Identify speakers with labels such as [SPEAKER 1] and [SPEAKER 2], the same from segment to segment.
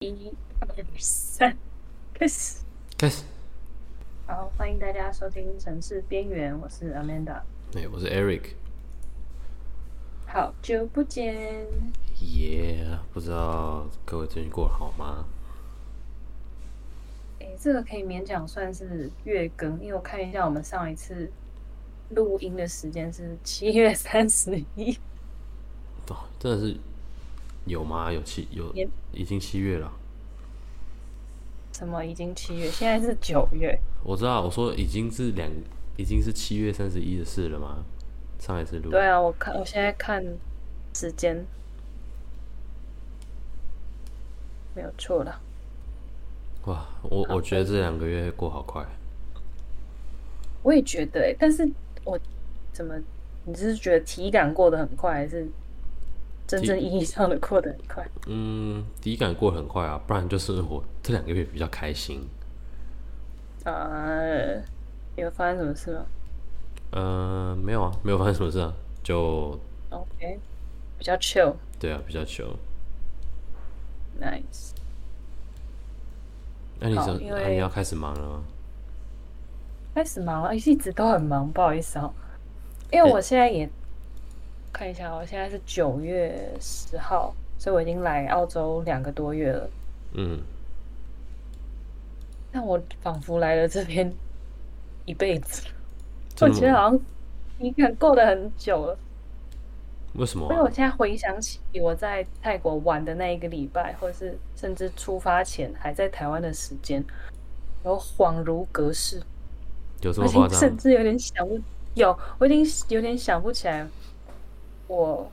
[SPEAKER 1] 一二三，开始。
[SPEAKER 2] 开始。
[SPEAKER 1] 好，欢迎大家收听《城市边缘》，我是 Amanda，
[SPEAKER 2] 哎、我是 Eric。
[SPEAKER 1] 好久不见。
[SPEAKER 2] 耶、不知道各位最近过得好吗？
[SPEAKER 1] 诶，这个可以勉强算是月更，因为我看一下我们上一次录音的时间是七月三十一，
[SPEAKER 2] 哦，真的是有吗？有七有
[SPEAKER 1] 也，
[SPEAKER 2] 已经七月了。
[SPEAKER 1] 什么已经七月，现在是九月。
[SPEAKER 2] 我知道，我说已经是两，已经是七月三十一的事了吗？上一次录，
[SPEAKER 1] 对啊，我看我现在看时间，没有错了。
[SPEAKER 2] 哇，我我觉得这两个月过好快。
[SPEAKER 1] 我也觉得欸、但是我怎么，你是觉得体感过得很快，还是真
[SPEAKER 2] 体
[SPEAKER 1] 正意义上的过得很快？
[SPEAKER 2] 嗯，体感过得很快啊，不然就是我这两个月比较开心。
[SPEAKER 1] 呃，有发生什么事吗
[SPEAKER 2] 嗯、没有啊，没有发生什么事啊，就
[SPEAKER 1] ？OK，比较 chill，nice。
[SPEAKER 2] 对啊，比较久。那、你
[SPEAKER 1] 好
[SPEAKER 2] 怎
[SPEAKER 1] 哦因
[SPEAKER 2] 么、啊、
[SPEAKER 1] 为
[SPEAKER 2] 你要开始忙了吗？
[SPEAKER 1] 开始忙了，一直都很忙，不好意思哦、因为
[SPEAKER 2] 对
[SPEAKER 1] 我现在也看一下哦，我现在是九月十号，所以我已经来澳洲两个多月了。
[SPEAKER 2] 嗯，
[SPEAKER 1] 但我仿佛来了这边一辈子，我
[SPEAKER 2] 真的
[SPEAKER 1] 觉得
[SPEAKER 2] 吗
[SPEAKER 1] 好像你看过得很久了。
[SPEAKER 2] 为什么
[SPEAKER 1] 因为我
[SPEAKER 2] 啊、
[SPEAKER 1] 现在回想起我在泰国玩的那一个礼拜，或者是甚至出发前还在台湾的时间，我恍如隔世，
[SPEAKER 2] 有这
[SPEAKER 1] 我
[SPEAKER 2] 么
[SPEAKER 1] 已
[SPEAKER 2] 夸
[SPEAKER 1] 经
[SPEAKER 2] 张
[SPEAKER 1] 甚？至有点想不有，我已经有点想不起来我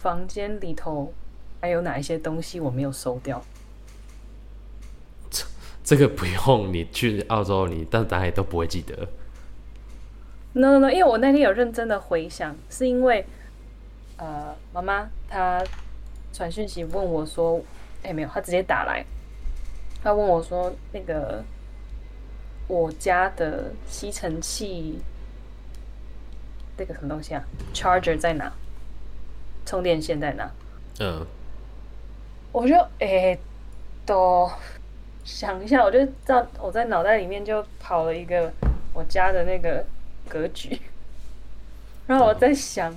[SPEAKER 1] 房间里头还有哪一些东西我没有收掉。
[SPEAKER 2] 这个不用，你去澳洲，你到哪里都不会记得。
[SPEAKER 1] No No No，因为我那天有认真的回想，是因为呃，妈妈她传讯息问我说，哎、没有，她直接打来，她问我说那个我家的吸尘器那个什么东西啊，charger 在哪？充电线在哪？
[SPEAKER 2] 嗯，
[SPEAKER 1] 我就诶、都想一下，我就知道我在脑袋里面就跑了一个我家的那个格局， 然后我在想，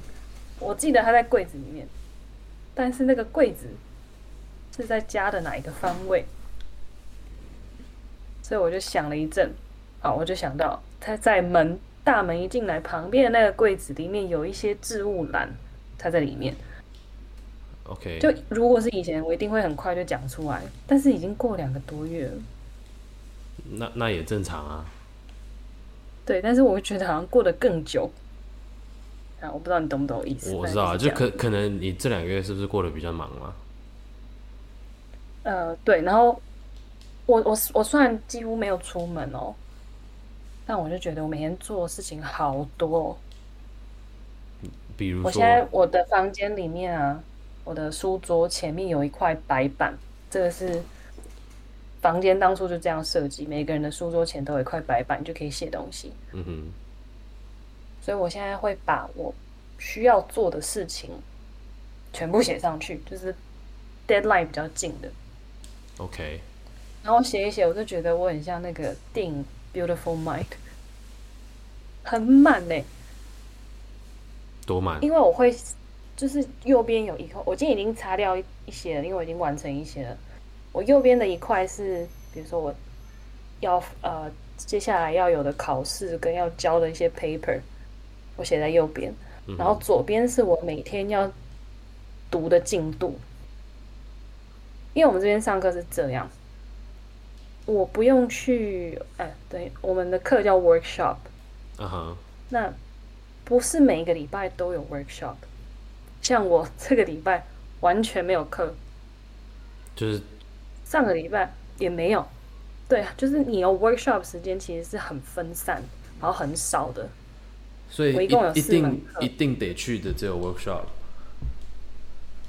[SPEAKER 1] 我记得它在柜子里面，但是那个柜子是在家的哪一个方位？所以我就想了一阵，好，我就想到它在门大门一进来旁边的那个柜子里面有一些置物篮，它在里面。
[SPEAKER 2] OK，
[SPEAKER 1] 就如果是以前，我一定会很快就讲出来，但是已经过两个多月了，
[SPEAKER 2] 那那也正常啊。
[SPEAKER 1] 对，但是我会觉得好像过得更久。啊，我不知道你懂不懂我意思。
[SPEAKER 2] 我
[SPEAKER 1] 但
[SPEAKER 2] 知道啊，
[SPEAKER 1] 是
[SPEAKER 2] 就
[SPEAKER 1] 这样
[SPEAKER 2] 可可能你这两个月是不是过得比较忙啊嘛？
[SPEAKER 1] 呃对，然后我我我虽然几乎没有出门哦，但我就觉得我每天做的事情好多、哦。
[SPEAKER 2] 比如
[SPEAKER 1] 我现在
[SPEAKER 2] 说，
[SPEAKER 1] 我的房间里面啊，我的书桌前面有一块白板，这个是房间当初就这样设计，每个人的书桌前都有一块白板，你就可以写东西。
[SPEAKER 2] 嗯哼，
[SPEAKER 1] 所以我现在会把我需要做的事情全部写上去，就是 deadline 比较近的。
[SPEAKER 2] OK，
[SPEAKER 1] 然后写一写，我就觉得我很像那个电影《Beautiful Mind》，很满欸嘞、
[SPEAKER 2] 多满
[SPEAKER 1] 因为我会就是右边有一块，我今天已经擦掉一一些了，因为我已经完成一些了。我右边的一块是，比如说我要呃接下来要有的考试跟要交的一些 paper，我写在右边，
[SPEAKER 2] 嗯哼
[SPEAKER 1] 然后左边是我每天要读的进度。因为我们这边上课是这样，我不用去，哎，对，我们的课叫 workshop，
[SPEAKER 2] 啊哈，
[SPEAKER 1] 那不是每一个礼拜都有 workshop，像我这个礼拜完全没有课，
[SPEAKER 2] 就是
[SPEAKER 1] 上个礼拜也没有。对啊，就是你有 workshop 时间其实是很分散，然后很少的。
[SPEAKER 2] 所以
[SPEAKER 1] 我
[SPEAKER 2] 一
[SPEAKER 1] 一共有
[SPEAKER 2] 一
[SPEAKER 1] 四门
[SPEAKER 2] 定
[SPEAKER 1] 课
[SPEAKER 2] 一定得去的只有 workshop。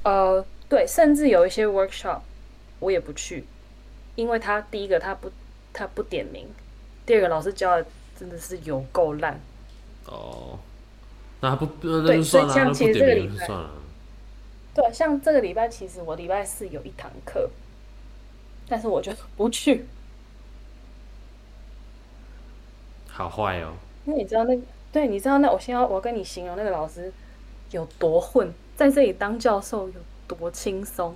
[SPEAKER 1] 呃，对，甚至有一些 workshop 我也不去，因为他第一个他不他不点名，第二个老师教的真的是有够烂，
[SPEAKER 2] 哦，那他不，那那
[SPEAKER 1] 对
[SPEAKER 2] 就算
[SPEAKER 1] 所
[SPEAKER 2] 了，啊
[SPEAKER 1] 以像
[SPEAKER 2] 那不
[SPEAKER 1] 其实
[SPEAKER 2] 点
[SPEAKER 1] 这个
[SPEAKER 2] 名
[SPEAKER 1] 礼
[SPEAKER 2] 就
[SPEAKER 1] 拜
[SPEAKER 2] 算了。
[SPEAKER 1] 对，像这个礼拜，其实我礼拜四有一堂课，但是我就不去，
[SPEAKER 2] 好坏哦，
[SPEAKER 1] 因为你知道那个，对，你知道那我先要我要跟你形容那个老师有多混，在这里当教授有多轻松。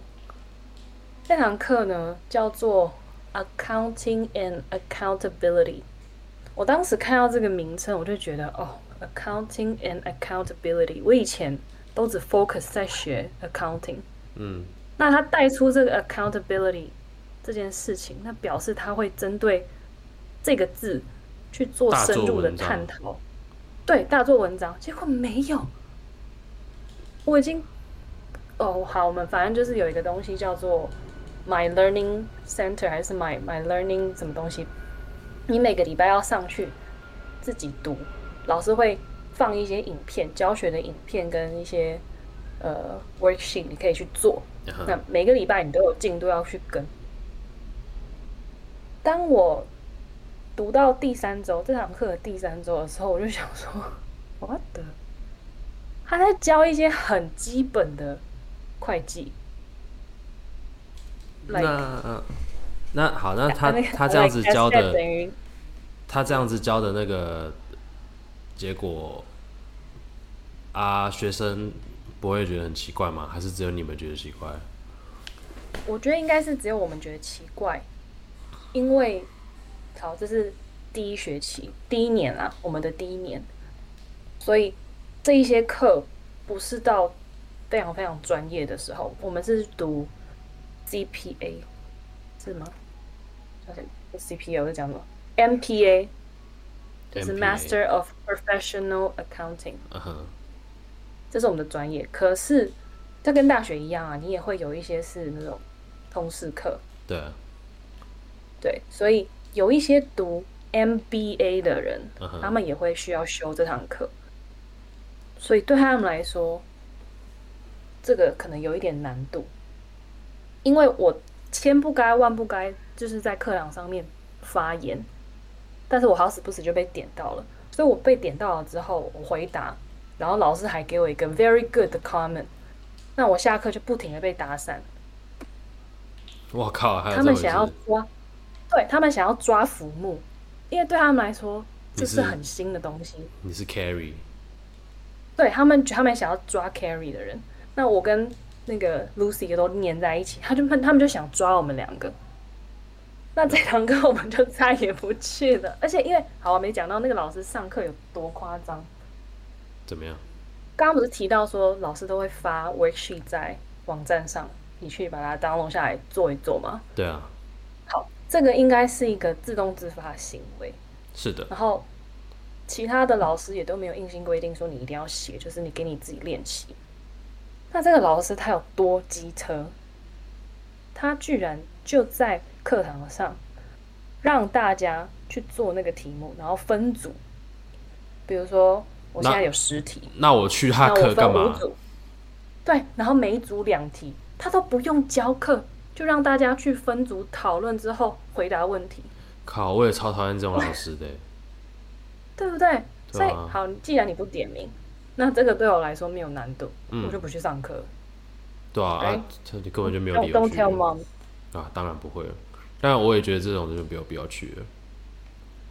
[SPEAKER 1] 那堂课呢叫做 Accounting and Accountability。我当时看到这个名称，我就觉得哦，Accounting and Accountability，我以前都只 focus 在学 accounting。
[SPEAKER 2] 嗯，
[SPEAKER 1] 那他带出这个 accountability 这件事情，那表示他会针对这个字去做
[SPEAKER 2] 大做
[SPEAKER 1] 深入的
[SPEAKER 2] 文章
[SPEAKER 1] 探讨，对，大做文章。结果没有，我已经哦，好，我们反正就是有一个东西叫做 My Learning Center 还是 My My Learning 什么东西，你每个礼拜要上去自己读，老师会放一些影片，教学的影片跟一些呃 worksheet，你可以去做。
[SPEAKER 2] 嗯
[SPEAKER 1] 那每个礼拜你都有进度要去跟。当我读到第三周这堂课的第三周的时候，我就想说， 我的，他在教一些很基本的会计。
[SPEAKER 2] 那
[SPEAKER 1] like-
[SPEAKER 2] 呃那好，那他
[SPEAKER 1] 那个
[SPEAKER 2] 他这样子
[SPEAKER 1] like asset
[SPEAKER 2] 教的
[SPEAKER 1] 等，于
[SPEAKER 2] 他这样子教的那个结果啊，学生不会觉得很奇怪吗？还是只有你们觉得奇怪？
[SPEAKER 1] 我觉得应该是只有我们觉得奇怪，因为好，这是第一学期第一年啊，我们的第一年，所以这一些课不是到非常非常专业的时候，我们是读 CPA 是吗？叫什么 CPA 我在讲什么？MPA 就是
[SPEAKER 2] MPA
[SPEAKER 1] Master of Professional Accounting。
[SPEAKER 2] 嗯哼，
[SPEAKER 1] 这是我们的专业。可是这跟大学一样啊，你也会有一些是那种通识课，
[SPEAKER 2] 对，啊
[SPEAKER 1] 对，所以有一些读 MBA 的人
[SPEAKER 2] 嗯哼
[SPEAKER 1] 他们也会需要修这堂课，所以对他们来说，这个可能有一点难度，因为我千不该万不该就是在课堂上面发言，但是我好死不死就被点到了，所以我被点到了之后，我回答，然后老师还给我一个 very good 的 comment，那我下课就不停的被打散，
[SPEAKER 2] 我靠，还有
[SPEAKER 1] 他
[SPEAKER 2] 这回
[SPEAKER 1] 们想要
[SPEAKER 2] 事？
[SPEAKER 1] 抓，对他们想要抓浮木，因为对他们来说
[SPEAKER 2] 你
[SPEAKER 1] 这
[SPEAKER 2] 是
[SPEAKER 1] 是很新的东西，
[SPEAKER 2] 你是 carry，
[SPEAKER 1] 对他们他们想要抓 carry 的人。那我跟那个 Lucy 也都黏在一起，他就他们就想抓我们两个。那这堂课我们就再也不去了，而且因为好，我没讲到那个老师上课有多夸张。
[SPEAKER 2] 怎么样？
[SPEAKER 1] 刚刚不是提到说老师都会发 worksheet 在网站上，你去把它 download 下来做一做吗？
[SPEAKER 2] 对啊，
[SPEAKER 1] 好，这个应该是一个自动自发的行为。
[SPEAKER 2] 是的，
[SPEAKER 1] 然后其他的老师也都没有硬性规定说你一定要写，就是你给你自己练习。那这个老师他有多机车？他居然就在课堂上让大家去做那个题目，然后分组。比如说，我现在
[SPEAKER 2] 那
[SPEAKER 1] 有十题，
[SPEAKER 2] 那我去他
[SPEAKER 1] 那我
[SPEAKER 2] 课
[SPEAKER 1] 分
[SPEAKER 2] 干
[SPEAKER 1] 五
[SPEAKER 2] 嘛？
[SPEAKER 1] 组，对，然后每一组两题，他都不用教课，就让大家去分组讨论之后回答问题。
[SPEAKER 2] 靠，我也超讨厌这种老师 的欸。
[SPEAKER 1] 对不对？所以
[SPEAKER 2] 啊
[SPEAKER 1] 好，既然你不点名，那这个对我来说没有难度，
[SPEAKER 2] 嗯
[SPEAKER 1] 我就不去上课。
[SPEAKER 2] 对啊，
[SPEAKER 1] 哎
[SPEAKER 2] 啊，他你根本就没有理
[SPEAKER 1] Don't
[SPEAKER 2] 由
[SPEAKER 1] don't
[SPEAKER 2] 去
[SPEAKER 1] tell mom。
[SPEAKER 2] 啊，当然不会了。但我也觉得这种就不要不要去了。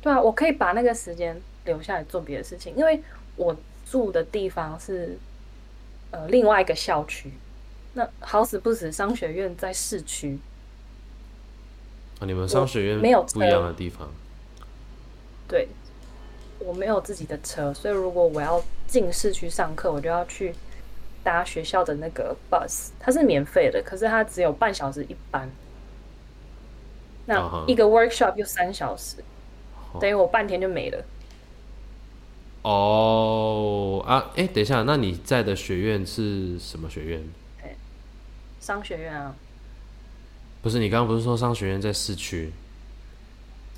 [SPEAKER 1] 对啊，我可以把那个时间留下来做别的事情，因为我住的地方是呃另外一个校区。那好死不死，商学院在市区，
[SPEAKER 2] 啊，你们商学院
[SPEAKER 1] 没有
[SPEAKER 2] 不一样的地方，
[SPEAKER 1] 对，我没有自己的车，所以如果我要进市区上课，我就要去搭学校的那个 bus，它是免费的，可是它只有半小时一班。
[SPEAKER 2] 啊哈
[SPEAKER 1] 那一个 workshop 就三小时
[SPEAKER 2] 哦
[SPEAKER 1] 等于我半天就没了。
[SPEAKER 2] 哦啊，哎，等一下，那你在的学院是什么学院？
[SPEAKER 1] 商学院啊，
[SPEAKER 2] 不是你刚刚不是说商学院在市区？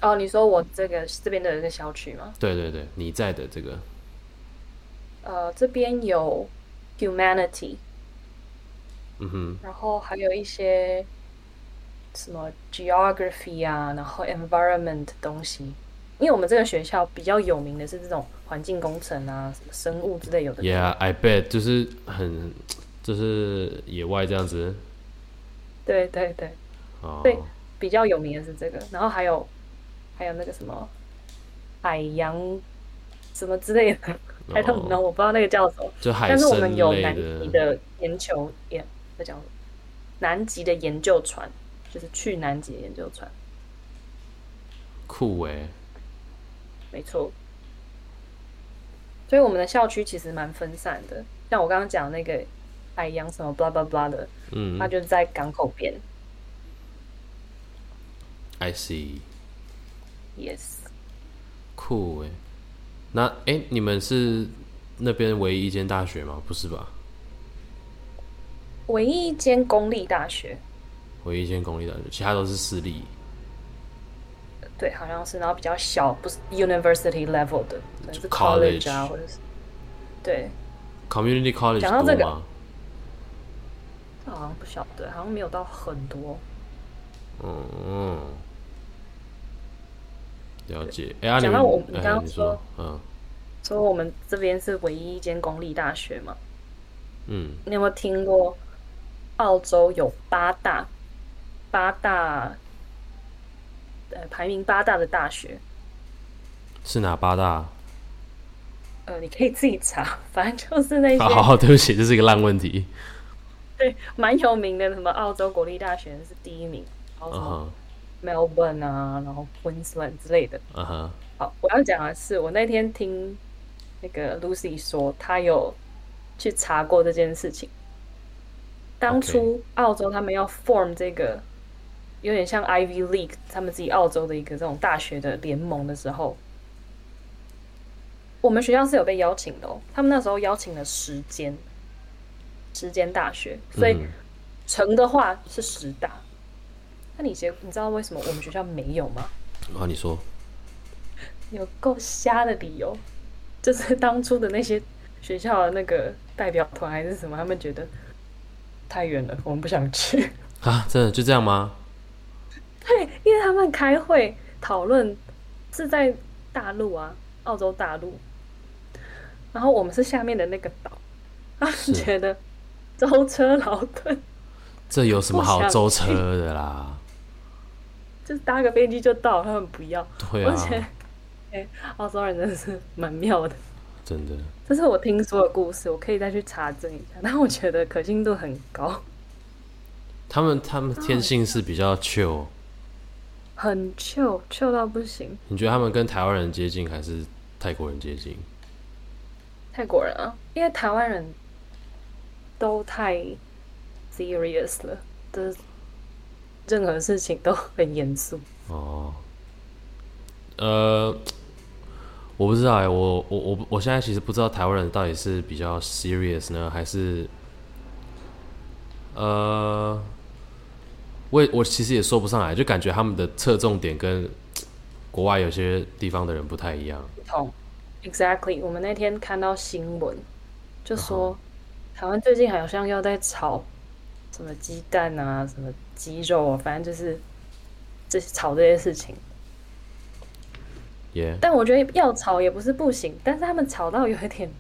[SPEAKER 1] 哦，你说我这个这边的这个校区吗？
[SPEAKER 2] 对对对，你在的这个
[SPEAKER 1] 呃，这边有 humanity，
[SPEAKER 2] 嗯哼，
[SPEAKER 1] 然后还有一些什么 geography 啊，然后 environment 的东西。因为我们这个学校比较有名的是这种环境工程啊、什么生物之类有的。
[SPEAKER 2] Yeah, I bet，就是很，就是野外这样子
[SPEAKER 1] 对对对，
[SPEAKER 2] 哦。
[SPEAKER 1] 对比较有名的是这个，然后还有还有那个什么海洋什么之类的，还有呢，
[SPEAKER 2] 哦
[SPEAKER 1] 我不知道那个叫什么，
[SPEAKER 2] 就海
[SPEAKER 1] 但是我们
[SPEAKER 2] 参
[SPEAKER 1] 有
[SPEAKER 2] 类
[SPEAKER 1] 南极
[SPEAKER 2] 的，
[SPEAKER 1] 的研究也那叫什么南极的研究船，就是去南极的研究船，
[SPEAKER 2] 酷哎，
[SPEAKER 1] 没错。所以我们的校区其实蛮分散的，像我刚刚讲那个海洋什么 blah blah blah 的，
[SPEAKER 2] 嗯
[SPEAKER 1] 它就在港口边。
[SPEAKER 2] ，I see，
[SPEAKER 1] Yes，
[SPEAKER 2] 酷哎。那哎、诶你们是那边唯一一间大学吗？不是吧？
[SPEAKER 1] 唯一一间公立大学，
[SPEAKER 2] 唯一一间公立大学，其他都是私立。
[SPEAKER 1] 对，好像是，然后比较小，不是 university level 的，可能是
[SPEAKER 2] 就 college
[SPEAKER 1] college 啊，或者是对，
[SPEAKER 2] Community college
[SPEAKER 1] 讲到这
[SPEAKER 2] 多
[SPEAKER 1] 个
[SPEAKER 2] 吗？
[SPEAKER 1] 这好像不晓得，好像没有到很多。
[SPEAKER 2] 嗯，了解。哎、啊，你
[SPEAKER 1] 讲到
[SPEAKER 2] 们
[SPEAKER 1] 我们
[SPEAKER 2] 哎
[SPEAKER 1] 刚刚
[SPEAKER 2] 你
[SPEAKER 1] 说
[SPEAKER 2] 说，嗯
[SPEAKER 1] 所以我们这边是唯一一间公立大学嘛？
[SPEAKER 2] 嗯，
[SPEAKER 1] 你有没有听过澳洲有八大八大呃排名八大的大学？
[SPEAKER 2] 是哪八大？
[SPEAKER 1] 呃，你可以自己查， 反正就是那些
[SPEAKER 2] 好好好，对不起，这是一个烂问题。
[SPEAKER 1] 对蛮有名的，什么澳洲国立大学是第一名，然后什
[SPEAKER 2] 嗯
[SPEAKER 1] 么
[SPEAKER 2] 哼，
[SPEAKER 1] Melbourne 啊，然后 Queensland 之类的。
[SPEAKER 2] 嗯哼，
[SPEAKER 1] 好，我要讲的是，我那天听那个 Lucy 说，她有去查过这件事情。当
[SPEAKER 2] OK
[SPEAKER 1] 初澳洲他们要 form 这个有点像 Ivy League，他们自己澳洲的一个这种大学的联盟的时候，我们学校是有被邀请的哦。他们那时候邀请了十间，十间大学，所以
[SPEAKER 2] 嗯
[SPEAKER 1] 成的话是十大。那你结你知道为什么我们学校没有吗？
[SPEAKER 2] 啊，你说，
[SPEAKER 1] 有够瞎的理由，就是当初的那些学校的那个代表团还是什么，他们觉得太远了，我们不想去。
[SPEAKER 2] 啊，真的就这样吗？
[SPEAKER 1] 对，因为他们开会讨论是在大陆啊，澳洲大陆，然后我们是下面的那个岛，他们
[SPEAKER 2] 是
[SPEAKER 1] 觉得舟车劳顿，
[SPEAKER 2] 这有什么
[SPEAKER 1] 不
[SPEAKER 2] 好
[SPEAKER 1] 想
[SPEAKER 2] 舟车的啦？
[SPEAKER 1] 就是搭个飞机就到，他们不要。
[SPEAKER 2] 对
[SPEAKER 1] 我觉得
[SPEAKER 2] 啊，，
[SPEAKER 1] 哎，澳洲人真的是蛮妙的。
[SPEAKER 2] 真的。
[SPEAKER 1] 这是我听说的故事，我可以再去查证一下， 但我觉得可信度很高，
[SPEAKER 2] 他们他们天性是比较 chill，
[SPEAKER 1] 很 chill chill 到不行。
[SPEAKER 2] 你觉得他们跟台湾人接近还是泰国人接近？
[SPEAKER 1] 泰国人啊，因为台湾人都太 serious 了，就是任何事情都很严肃。
[SPEAKER 2] 哦，呃，我不知道哎、我我我我现在其实不知道台湾人到底是比较 serious 呢，还是呃，我也我其实也说不上来，就感觉他们的侧重点跟国外有些地方的人不太一样。
[SPEAKER 1] 不同，exactly。我们那天看到新闻，就说、台湾最近好像要在炒什么鸡蛋啊，什么鸡肉啊，反正就是这炒这些事情。
[SPEAKER 2] 耶、
[SPEAKER 1] 但我觉得要吵也不是不行，但是他们吵到有一点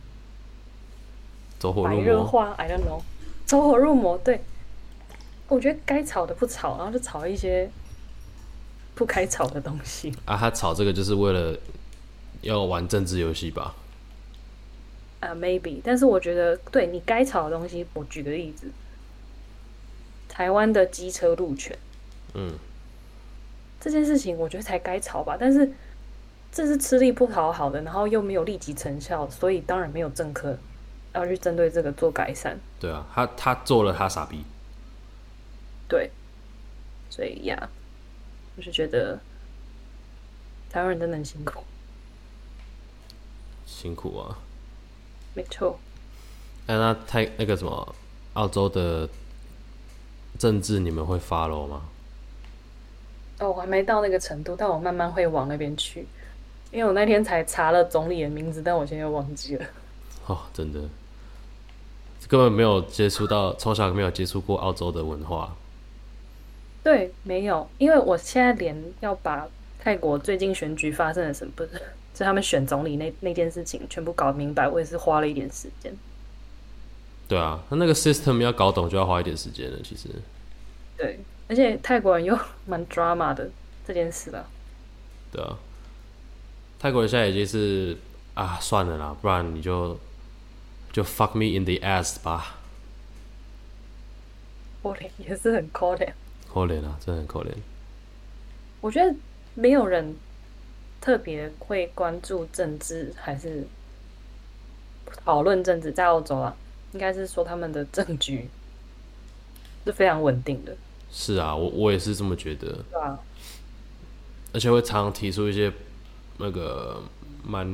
[SPEAKER 2] 走火
[SPEAKER 1] 白
[SPEAKER 2] 入
[SPEAKER 1] 热
[SPEAKER 2] 魔，
[SPEAKER 1] 化，I don't know，走火入魔。对，我觉得该吵的不吵，然后就吵一些不该吵的东西。
[SPEAKER 2] 啊，他炒这个就是为了要玩政治游戏吧？
[SPEAKER 1] 啊、m a y b e 但是我觉得对你该吵的东西，我举个例子，台湾的机车路权
[SPEAKER 2] 嗯，
[SPEAKER 1] 这件事情，我觉得才该吵吧。但是这是吃力不讨好的，然后又没有立即成效，所以当然没有政客要去针对这个做改善。
[SPEAKER 2] 对啊，他他做了他傻逼，
[SPEAKER 1] 对，所以呀，我是觉得台湾人真的很辛苦，
[SPEAKER 2] 辛苦啊。
[SPEAKER 1] 没错。
[SPEAKER 2] 哎，那泰那个什么，澳洲的政治你们会 follow 吗？
[SPEAKER 1] 哦，我还没到那个程度，但我慢慢会往那边去，因为我那天才查了总理的名字，但我现在又忘记 了。
[SPEAKER 2] 哦，真的，根本没有接触到，从小没有接触过澳洲的文化。
[SPEAKER 1] 对，没有，因为我现在连要把泰国最近选举发生了什么，不是所以他们选总理那那件事情全部搞明白，我也是花了一点时间。
[SPEAKER 2] 对啊，他那个 system 要搞懂就要花一点时间了，其实。
[SPEAKER 1] 对，而且泰国人又 蛮 drama 的这件事吧。
[SPEAKER 2] 对啊，泰国人现在已经是啊，算了啦，不然你就就 fuck me in the ass 吧，
[SPEAKER 1] 我脸也是很抠脸，
[SPEAKER 2] 可怜啊，真的很可怜。
[SPEAKER 1] 我觉得没有人特别会关注政治，还是讨论政治。在澳洲啊，应该是说他们的政局是非常稳定的，
[SPEAKER 2] 是啊，我我也是这么觉得，
[SPEAKER 1] 对啊吧、
[SPEAKER 2] 而且会常常提出一些那个蛮，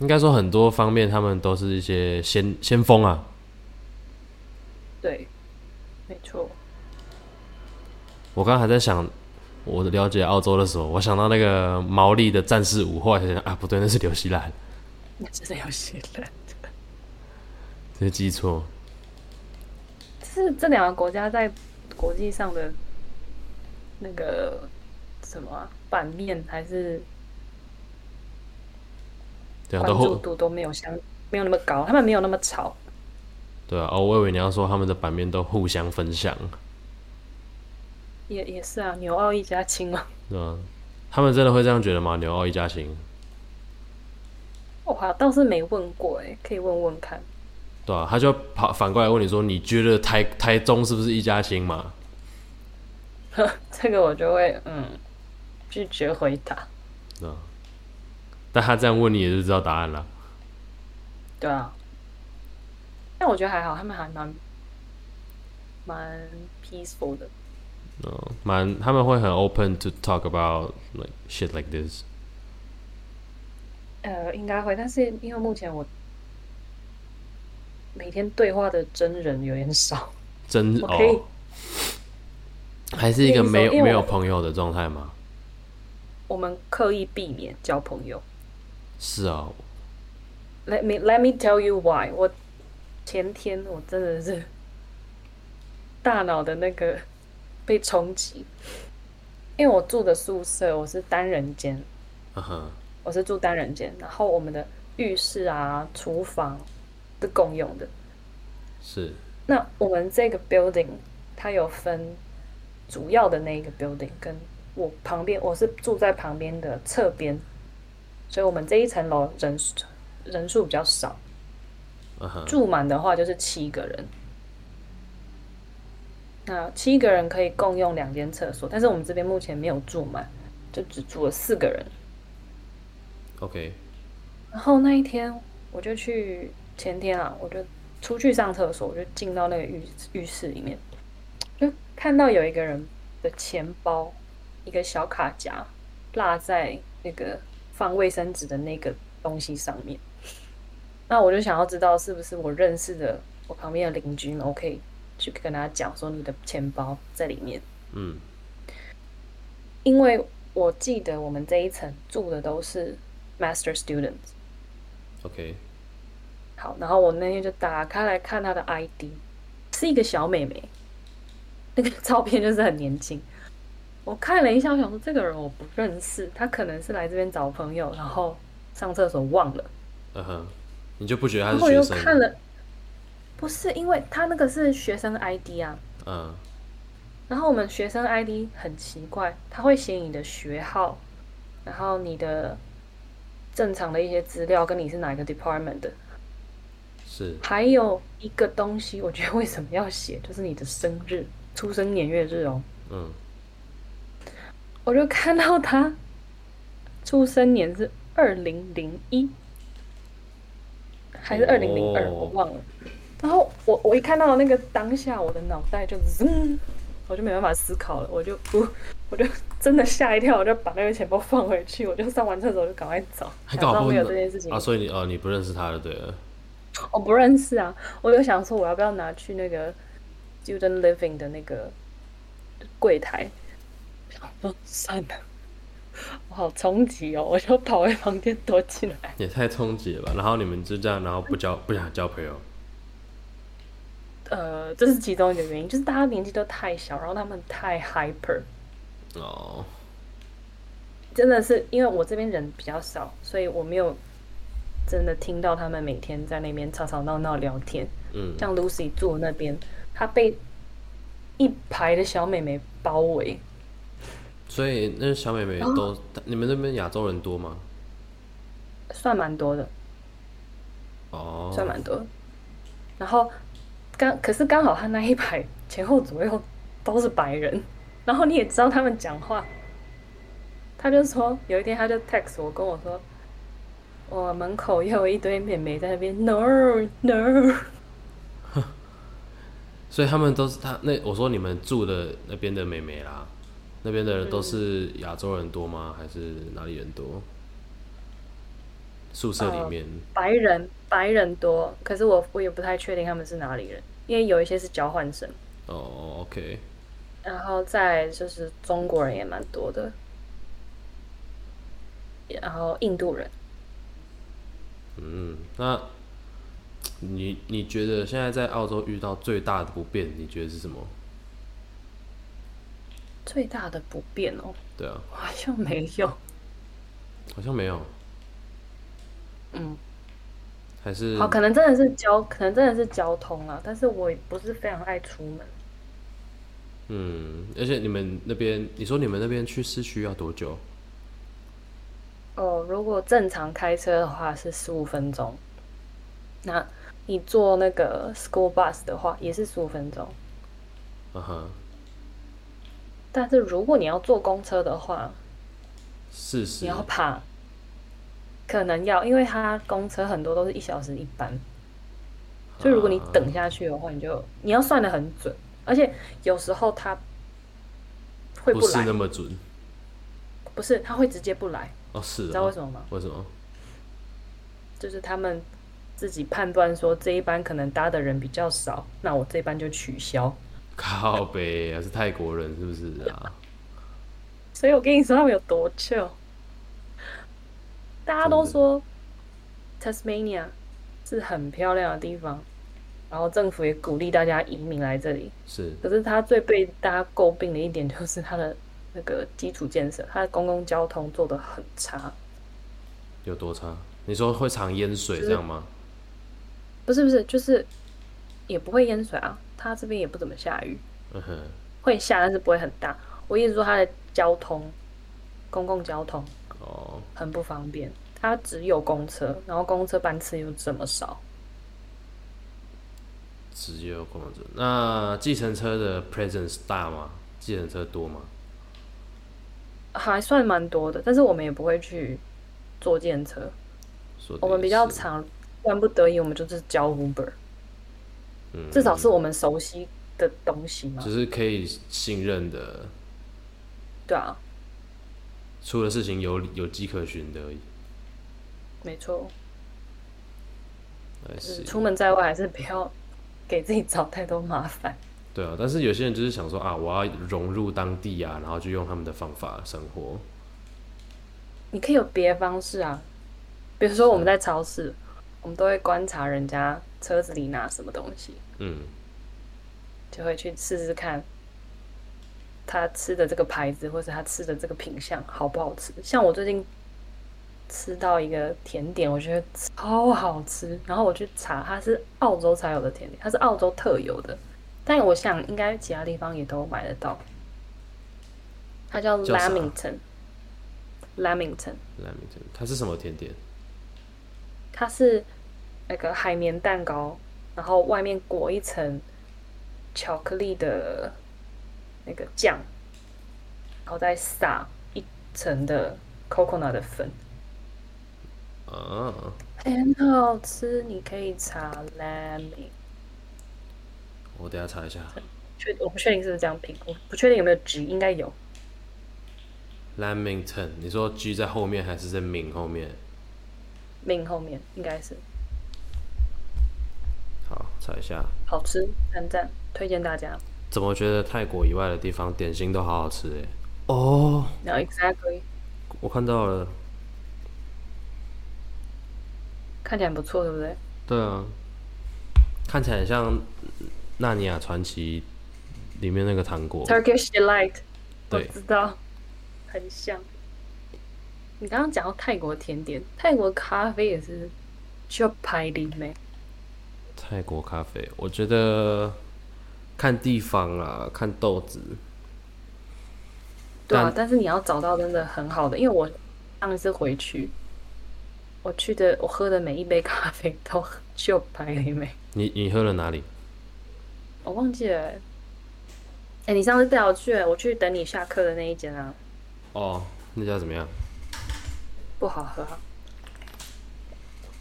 [SPEAKER 2] 应该说很多方面他们都是一些先先锋啊，
[SPEAKER 1] 对，没错。
[SPEAKER 2] 我刚刚还在想，我了解澳洲的时候，我想到那个毛利的战士舞，后来想想啊，不对，那是纽西兰，
[SPEAKER 1] 那真的有些人，
[SPEAKER 2] 这是记错。
[SPEAKER 1] 是这两个国家在国际上的那个什么啊、版面还是
[SPEAKER 2] 对啊，
[SPEAKER 1] 关
[SPEAKER 2] 都
[SPEAKER 1] 注
[SPEAKER 2] 后
[SPEAKER 1] 度都没有相没有那么高，他们没有那么吵。
[SPEAKER 2] 对啊，哦，我以为你要说他们的版面都互相分享，
[SPEAKER 1] 也也是啊，纽澳一家亲嘛。
[SPEAKER 2] 对吧、他们真的会这样觉得吗？纽澳一家亲，
[SPEAKER 1] 哇，哦倒是没问过哎、可以问问看。
[SPEAKER 2] 对啊，他就跑反过来问你说，你觉得台台中是不是一家亲嘛？
[SPEAKER 1] 这个我就会嗯拒绝回答。
[SPEAKER 2] 对啊，但他这样问你也就知道答案了。
[SPEAKER 1] 对啊，但我觉得还好，他们还蛮蛮 peaceful 的。
[SPEAKER 2] 哦，蛮他们会很 open to talk about like shit like this。
[SPEAKER 1] 呃，应该会，但是因为目前我每天对话的真人有点少，
[SPEAKER 2] 真
[SPEAKER 1] 我可以
[SPEAKER 2] 哦，还是一个
[SPEAKER 1] 我可以
[SPEAKER 2] 没
[SPEAKER 1] 说因为
[SPEAKER 2] 有
[SPEAKER 1] 我
[SPEAKER 2] 没有朋友的状态吗？
[SPEAKER 1] 我们刻意避免交朋友。
[SPEAKER 2] 是啊，
[SPEAKER 1] Let me let me tell you why。我前天我真的是大脑的那个被冲击，因为我住的宿舍我是单人间，
[SPEAKER 2] 嗯哼，
[SPEAKER 1] 我是住单人间，然后我们的浴室啊、厨房是共用的。
[SPEAKER 2] 是
[SPEAKER 1] 那我们这个 building 它有分主要的那一个 building 跟我旁边，我是住在旁边的侧边，所以我们这一层楼人数人数比较少。
[SPEAKER 2] 嗯哼，
[SPEAKER 1] 住满的话就是七个人，那七个人可以共用两间厕所，但是我们这边目前没有住满，就只住了四个人。
[SPEAKER 2] OK，
[SPEAKER 1] 然后那一天我就去前天啊，我就出去上厕所，我就进到那个浴浴室里面，就看到有一个人的钱包，一个小卡夹落在那个放卫生纸的那个东西上面。那我就想要知道是不是我认识的我旁边的邻居们，我可以去跟他讲说你的钱包在里面。
[SPEAKER 2] 嗯，
[SPEAKER 1] 因为我记得我们这一层住的都是 master students，
[SPEAKER 2] OK，
[SPEAKER 1] 好，然后我那天就打开来看她的 ID，是一个小妹妹，那个照片就是很年轻。我看了一下，我想说这个人我不认识，她可能是来这边找朋友，然后上厕所忘了。
[SPEAKER 2] 嗯哼，你就不觉得他
[SPEAKER 1] 然
[SPEAKER 2] 是
[SPEAKER 1] 后我又
[SPEAKER 2] 学生？
[SPEAKER 1] 看了，不是因为她那个是学生 ID 啊，
[SPEAKER 2] 嗯，
[SPEAKER 1] 然后我们学生 ID 很奇怪，他会写你的学号，然后你的正常的一些资料，跟你是哪个 department 的，
[SPEAKER 2] 是
[SPEAKER 1] 还有一个东西，我觉得为什么要写，就是你的生日、出生年月日哦。
[SPEAKER 2] 嗯，
[SPEAKER 1] 我就看到他出生年是二零零一，还是二零零二，
[SPEAKER 2] 哦
[SPEAKER 1] 我忘了。然后我我一看到那个当下，我的脑袋就嗯，我就没办法思考了，我就不，我就真的吓一跳，我就把那个钱包放回去，我就上完厕所就赶快走，
[SPEAKER 2] 还
[SPEAKER 1] 假
[SPEAKER 2] 搞
[SPEAKER 1] 装
[SPEAKER 2] 不
[SPEAKER 1] 没有这件事情
[SPEAKER 2] 啊，。所以你哦，你不认识他就对了。
[SPEAKER 1] 我不认识啊，我就想说我要不要拿去那个 student living 的那个柜台，我想说哦算了，我好冲击哦，我就跑回房间躲起来。
[SPEAKER 2] 也太冲击了吧！然后你们就这样，然后不交不想交朋友，
[SPEAKER 1] 呃，这是其中一个原因，就是大家年纪都太小，然后他们太 hyper，
[SPEAKER 2] 哦，
[SPEAKER 1] 真的是因为我这边人比较少，所以我没有真的听到他们每天在那边吵吵闹闹聊天。
[SPEAKER 2] 嗯，
[SPEAKER 1] 像 Lucy 住那边，她被一排的小妹妹包围，
[SPEAKER 2] 所以那小妹妹
[SPEAKER 1] 哦
[SPEAKER 2] 都，你们那边亚洲人多吗？
[SPEAKER 1] 算蛮多的，
[SPEAKER 2] 哦，
[SPEAKER 1] 算蛮多的。然后刚可是刚好他那一排前后左右都是白人， 然后你也知道他们讲话，他就说有一天他就 text 我跟我说，我门口又有一堆妹妹在那边 no no，
[SPEAKER 2] 所以他们都是他那我说你们住的那边的妹妹啦，那边的人都是亚洲人多吗？还是哪里人多？宿舍里面，
[SPEAKER 1] 白人白人多，可是我我也不太确定他们是哪里人，因为有一些是交换生。
[SPEAKER 2] 哦，OK，
[SPEAKER 1] 然后再就是中国人也蛮多的，然后印度人，
[SPEAKER 2] 嗯，那你你觉得现在在澳洲遇到最大的不便，你觉得是什么？
[SPEAKER 1] 最大的不便哦，
[SPEAKER 2] 对啊，
[SPEAKER 1] 好像没有，
[SPEAKER 2] 好像没有，
[SPEAKER 1] 嗯，
[SPEAKER 2] 还是
[SPEAKER 1] 好，可能真的是交，可能真的是交通啦，但是我也不是非常爱出门，
[SPEAKER 2] 嗯，而且你们那边，你说你们那边去市区要多久？
[SPEAKER 1] 哦，如果正常开车的话是十五分钟，那你坐那个 school bus 的话也是十五分钟，
[SPEAKER 2] 啊哈，
[SPEAKER 1] 但是如果你要坐公车的话，
[SPEAKER 2] 四十
[SPEAKER 1] 你要爬，可能要，因为它公车很多都是一小时一班，
[SPEAKER 2] 啊
[SPEAKER 1] 所以如果你等下去的话，你就你要算的很准，而且有时候它会
[SPEAKER 2] 不
[SPEAKER 1] 不
[SPEAKER 2] 是
[SPEAKER 1] 来，
[SPEAKER 2] 那么准
[SPEAKER 1] 不是它会直接不来，
[SPEAKER 2] 哦，是
[SPEAKER 1] 你
[SPEAKER 2] 哦，
[SPEAKER 1] 知道为什么吗？
[SPEAKER 2] 为什么？
[SPEAKER 1] 就是他们自己判断说这一班可能搭的人比较少，那我这班就取消。
[SPEAKER 2] 靠北啊，是泰国人是不是啊？
[SPEAKER 1] 所以我跟你说他们有多 chill，大家都说 Tasmania 是很漂亮的地方，然后政府也鼓励大家移民来这里。
[SPEAKER 2] 是
[SPEAKER 1] 可是它最被大家诟病的一点就是它的那个基础建设，它的公共交通做得很差。
[SPEAKER 2] 有多差？你说会常淹水这样吗？
[SPEAKER 1] 不是不是，就是也不会淹水啊，它这边也不怎么下雨，
[SPEAKER 2] 嗯哼，
[SPEAKER 1] 会下但是不会很大。我一直说它的交通，公共交通
[SPEAKER 2] 哦，
[SPEAKER 1] 很不方便，它只有公车，然后公车班次又这么少。
[SPEAKER 2] 只有公车。那计程车的 presence 大吗？计程车多吗？
[SPEAKER 1] 还算蛮多的，但是我们也不会去坐电车，
[SPEAKER 2] 说得
[SPEAKER 1] 我们
[SPEAKER 2] 也
[SPEAKER 1] 比较
[SPEAKER 2] 是，
[SPEAKER 1] 常，万不得已我们就是叫 Uber，
[SPEAKER 2] 嗯
[SPEAKER 1] 至少是我们熟悉的东西嘛，
[SPEAKER 2] 就是可以信任的，
[SPEAKER 1] 对啊，
[SPEAKER 2] 出了事情有有迹可循的而已。
[SPEAKER 1] 没错，
[SPEAKER 2] I
[SPEAKER 1] 就是
[SPEAKER 2] see
[SPEAKER 1] 出门在外还是不要 给自己找太多麻烦，
[SPEAKER 2] 对啊，但是有些人就是想说啊，我要融入当地啊，然后就用他们的方法生活。
[SPEAKER 1] 你可以有别的方式啊，比如说我们
[SPEAKER 2] 啊
[SPEAKER 1] 在超市，我们都会观察人家车子里拿什么东西，
[SPEAKER 2] 嗯，
[SPEAKER 1] 就会去试试看。他吃的这个牌子，或者他吃的这个品相好不好吃？像我最近吃到一个甜点，我觉得超好吃。然后我去查，它是澳洲才有的甜点，它是澳洲特有的，但我想应该其他地方也都买得到。它叫
[SPEAKER 2] 叫啥
[SPEAKER 1] Lamington，Lamington，
[SPEAKER 2] 莱明顿，它是什么甜点？
[SPEAKER 1] 它是那个海绵蛋糕，然后外面裹一层巧克力的那个酱，然后再撒一层的 coconut 的粉，
[SPEAKER 2] 啊，
[SPEAKER 1] 哎很好吃。你可以查 lemon，
[SPEAKER 2] 我等一下查一下。
[SPEAKER 1] 确我不确定是不是这样拼，我不确定有没有 G，应该有。
[SPEAKER 2] Lamington，你说 G 在后面还是在 Ming 后面？
[SPEAKER 1] 命后面应该是
[SPEAKER 2] 好，查一下。
[SPEAKER 1] 好吃，赞赞，推荐大家。
[SPEAKER 2] 怎么觉得泰国以外的地方点心都好好吃哎、哦，
[SPEAKER 1] 然后 exactly
[SPEAKER 2] 我看到了。
[SPEAKER 1] 看起来很不错，对不对？
[SPEAKER 2] 对啊，看起来很像《纳尼亚传奇》里面那个糖果。
[SPEAKER 1] Turkish delight，我
[SPEAKER 2] 对
[SPEAKER 1] 知道，很像。你刚刚讲到泰国甜点，泰国咖啡也是需要排零没？
[SPEAKER 2] 泰国咖啡，我觉得看地方啦，看豆子。
[SPEAKER 1] 对啊
[SPEAKER 2] 但，
[SPEAKER 1] 但是你要找到真的很好的，因为我上一次回去，我去的我喝的每一杯咖啡都就排零没，
[SPEAKER 2] 你你喝了哪里？
[SPEAKER 1] 我忘记了欸。哎、你上次带我去，我去等你下课的那一间啊，
[SPEAKER 2] 哦，那家怎么样？
[SPEAKER 1] 不好喝啊、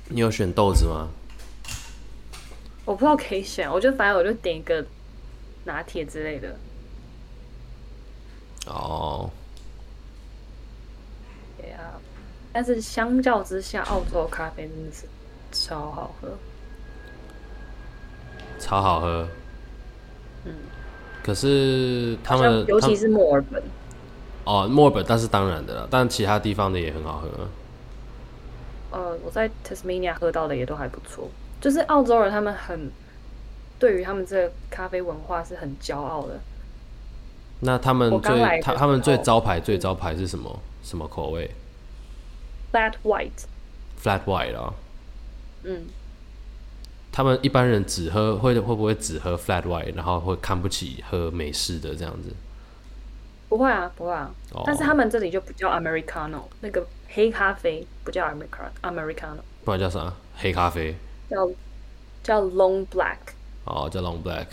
[SPEAKER 2] 你有选豆子吗？
[SPEAKER 1] 我不知道可以选，我就反正我就点一个拿铁之类的。
[SPEAKER 2] 哦，
[SPEAKER 1] 对啊，但是相较之下，澳洲咖啡真的是超好喝。
[SPEAKER 2] 超好喝。嗯。可是他们，
[SPEAKER 1] 嗯尤其
[SPEAKER 2] 他
[SPEAKER 1] 是墨尔本，
[SPEAKER 2] 哦，墨尔本，但是当然的了，但其他地方的也很好喝。
[SPEAKER 1] 呃，我在 Tasmania 喝到的也都还不错。就是澳洲人他们很对于他们这个咖啡文化是很骄傲的。
[SPEAKER 2] 那他们
[SPEAKER 1] 我刚来
[SPEAKER 2] 最
[SPEAKER 1] 的
[SPEAKER 2] 他
[SPEAKER 1] 时
[SPEAKER 2] 他们最
[SPEAKER 1] 候嗯
[SPEAKER 2] 招牌最招牌是什么什么口味
[SPEAKER 1] Flat White，
[SPEAKER 2] ？Flat White 啊、
[SPEAKER 1] 嗯，
[SPEAKER 2] 他们一般人只喝会会不会只喝 Flat White，然后会看不起喝美式的这样子？
[SPEAKER 1] 不会啊，不会啊。
[SPEAKER 2] 哦
[SPEAKER 1] 但是他们这里就不叫 Americano，那个黑咖啡不叫 Americano Americano，
[SPEAKER 2] 不然叫啥？黑咖啡
[SPEAKER 1] 叫叫 Long Black。
[SPEAKER 2] 哦，叫 Long Black，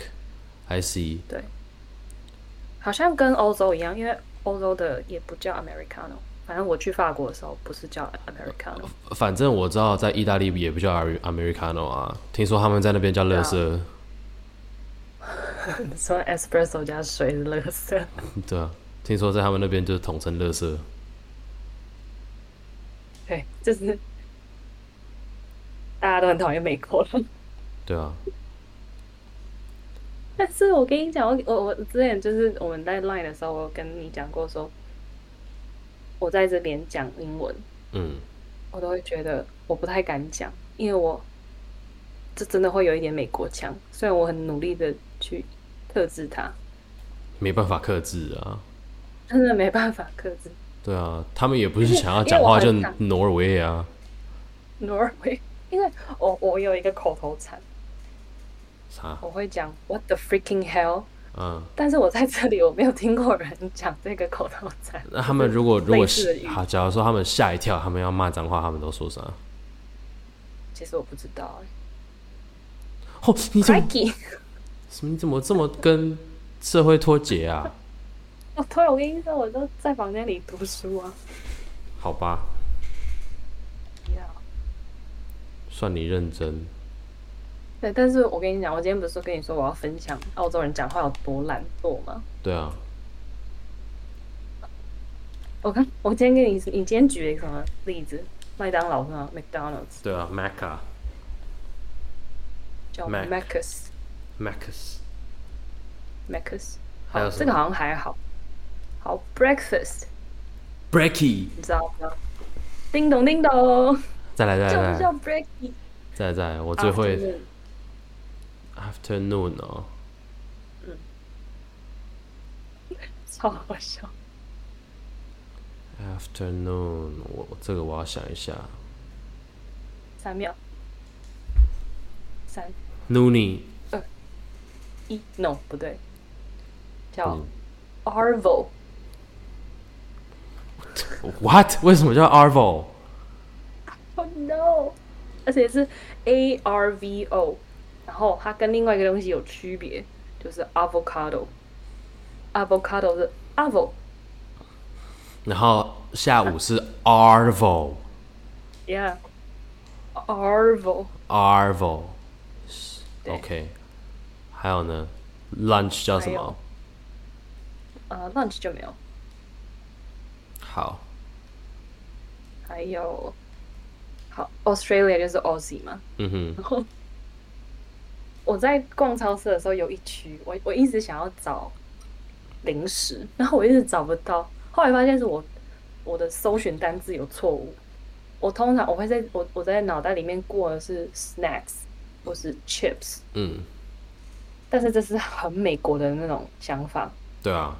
[SPEAKER 2] I see。
[SPEAKER 1] 对，好像跟欧洲一样，因为欧洲的也不叫 Americano。反正我去法国的时候不是叫 Americano，
[SPEAKER 2] 反正我知道在意大利也不叫 Ari- Americano 啊，听说他们在那边叫
[SPEAKER 1] 啊
[SPEAKER 2] 乐色，
[SPEAKER 1] 说 espresso 加水的乐色。
[SPEAKER 2] 对啊，听说在他们那边就是统称乐色。
[SPEAKER 1] 对，就是大家都很讨厌美国了。
[SPEAKER 2] 对啊，
[SPEAKER 1] 但是我跟你讲，我我我之前就是我们在 Line 的时候，我有跟你讲过说，我在这边讲英文，
[SPEAKER 2] 嗯，
[SPEAKER 1] 我都会觉得我不太敢讲，因为我这真的会有一点美国腔，虽然我很努力的去克制它，
[SPEAKER 2] 没办法克制啊。
[SPEAKER 1] 真的没办法克制。
[SPEAKER 2] 对啊，他们也不是
[SPEAKER 1] 因为
[SPEAKER 2] 想要讲
[SPEAKER 1] 因
[SPEAKER 2] 话
[SPEAKER 1] 为
[SPEAKER 2] 就
[SPEAKER 1] 我很想
[SPEAKER 2] 挪威啊。
[SPEAKER 1] 挪威，因为我我有一个口头禅，
[SPEAKER 2] 啥？
[SPEAKER 1] 我会讲 What the freaking hell，
[SPEAKER 2] 嗯，
[SPEAKER 1] 但是我在这里我没有听过人讲这个口头禅。
[SPEAKER 2] 那他们如果如果
[SPEAKER 1] 类似的语
[SPEAKER 2] 好，假如说他们吓一跳，他们要骂脏话，他们都说啥？
[SPEAKER 1] 其实我不知道、欸。
[SPEAKER 2] 哦，你怎么
[SPEAKER 1] Crikey！
[SPEAKER 2] 什么？你怎么这么跟社会脱节啊？
[SPEAKER 1] 我突然我跟你说，我都在房间里读书啊。
[SPEAKER 2] 好吧，
[SPEAKER 1] 不要
[SPEAKER 2] 算你认真。
[SPEAKER 1] 对，但是我跟你讲，我今天不是说跟你说我要分享澳洲人讲话有多懒惰吗？
[SPEAKER 2] 对啊，
[SPEAKER 1] 我看我今天跟你，你今天举了一个什么例子？麦当劳是吗？McDonald's
[SPEAKER 2] 对啊，Maca
[SPEAKER 1] 叫
[SPEAKER 2] Mac
[SPEAKER 1] Macus
[SPEAKER 2] Macus，
[SPEAKER 1] Macus，
[SPEAKER 2] 还有
[SPEAKER 1] 好，
[SPEAKER 2] 什么
[SPEAKER 1] 这个好像还好。好，breakfast，
[SPEAKER 2] Breaky，
[SPEAKER 1] 你知道吗？叮咚叮咚，
[SPEAKER 2] 再来再
[SPEAKER 1] 就
[SPEAKER 2] 来
[SPEAKER 1] 是
[SPEAKER 2] 再
[SPEAKER 1] 叫
[SPEAKER 2] 来
[SPEAKER 1] break。
[SPEAKER 2] 再来再来，我最会 Afternoon 哦，
[SPEAKER 1] 超好笑。
[SPEAKER 2] Afternoon，我我这个我要想一下。
[SPEAKER 1] 三秒，三
[SPEAKER 2] Noonie，
[SPEAKER 1] 一，no 不对，叫
[SPEAKER 2] 嗯
[SPEAKER 1] Arvo。
[SPEAKER 2] ，What？为什么叫 Arvo？
[SPEAKER 1] Oh no！而且是 A R V O，然后它跟另外一个东西有区别，就是 avocado。avocado 是 avo，
[SPEAKER 2] 然后下午是 Arvo，Arvo，
[SPEAKER 1] ，yeah，arvo，对
[SPEAKER 2] OK，还有呢，lunch 叫什
[SPEAKER 1] 还
[SPEAKER 2] 么
[SPEAKER 1] 有？呃，lunch 就没有，
[SPEAKER 2] 好，
[SPEAKER 1] 还有，好，Australia 就是 Aussie 嘛。
[SPEAKER 2] 嗯哼，
[SPEAKER 1] 我在逛超市的时候有一区，我我一直想要找零食，然后我一直找不到，后来发现是我我的搜寻单字有错误。我通常我会在我我在脑袋里面过的是 snacks 或是 chips，
[SPEAKER 2] 嗯，
[SPEAKER 1] 但是这是很美国的那种想法，
[SPEAKER 2] 对啊，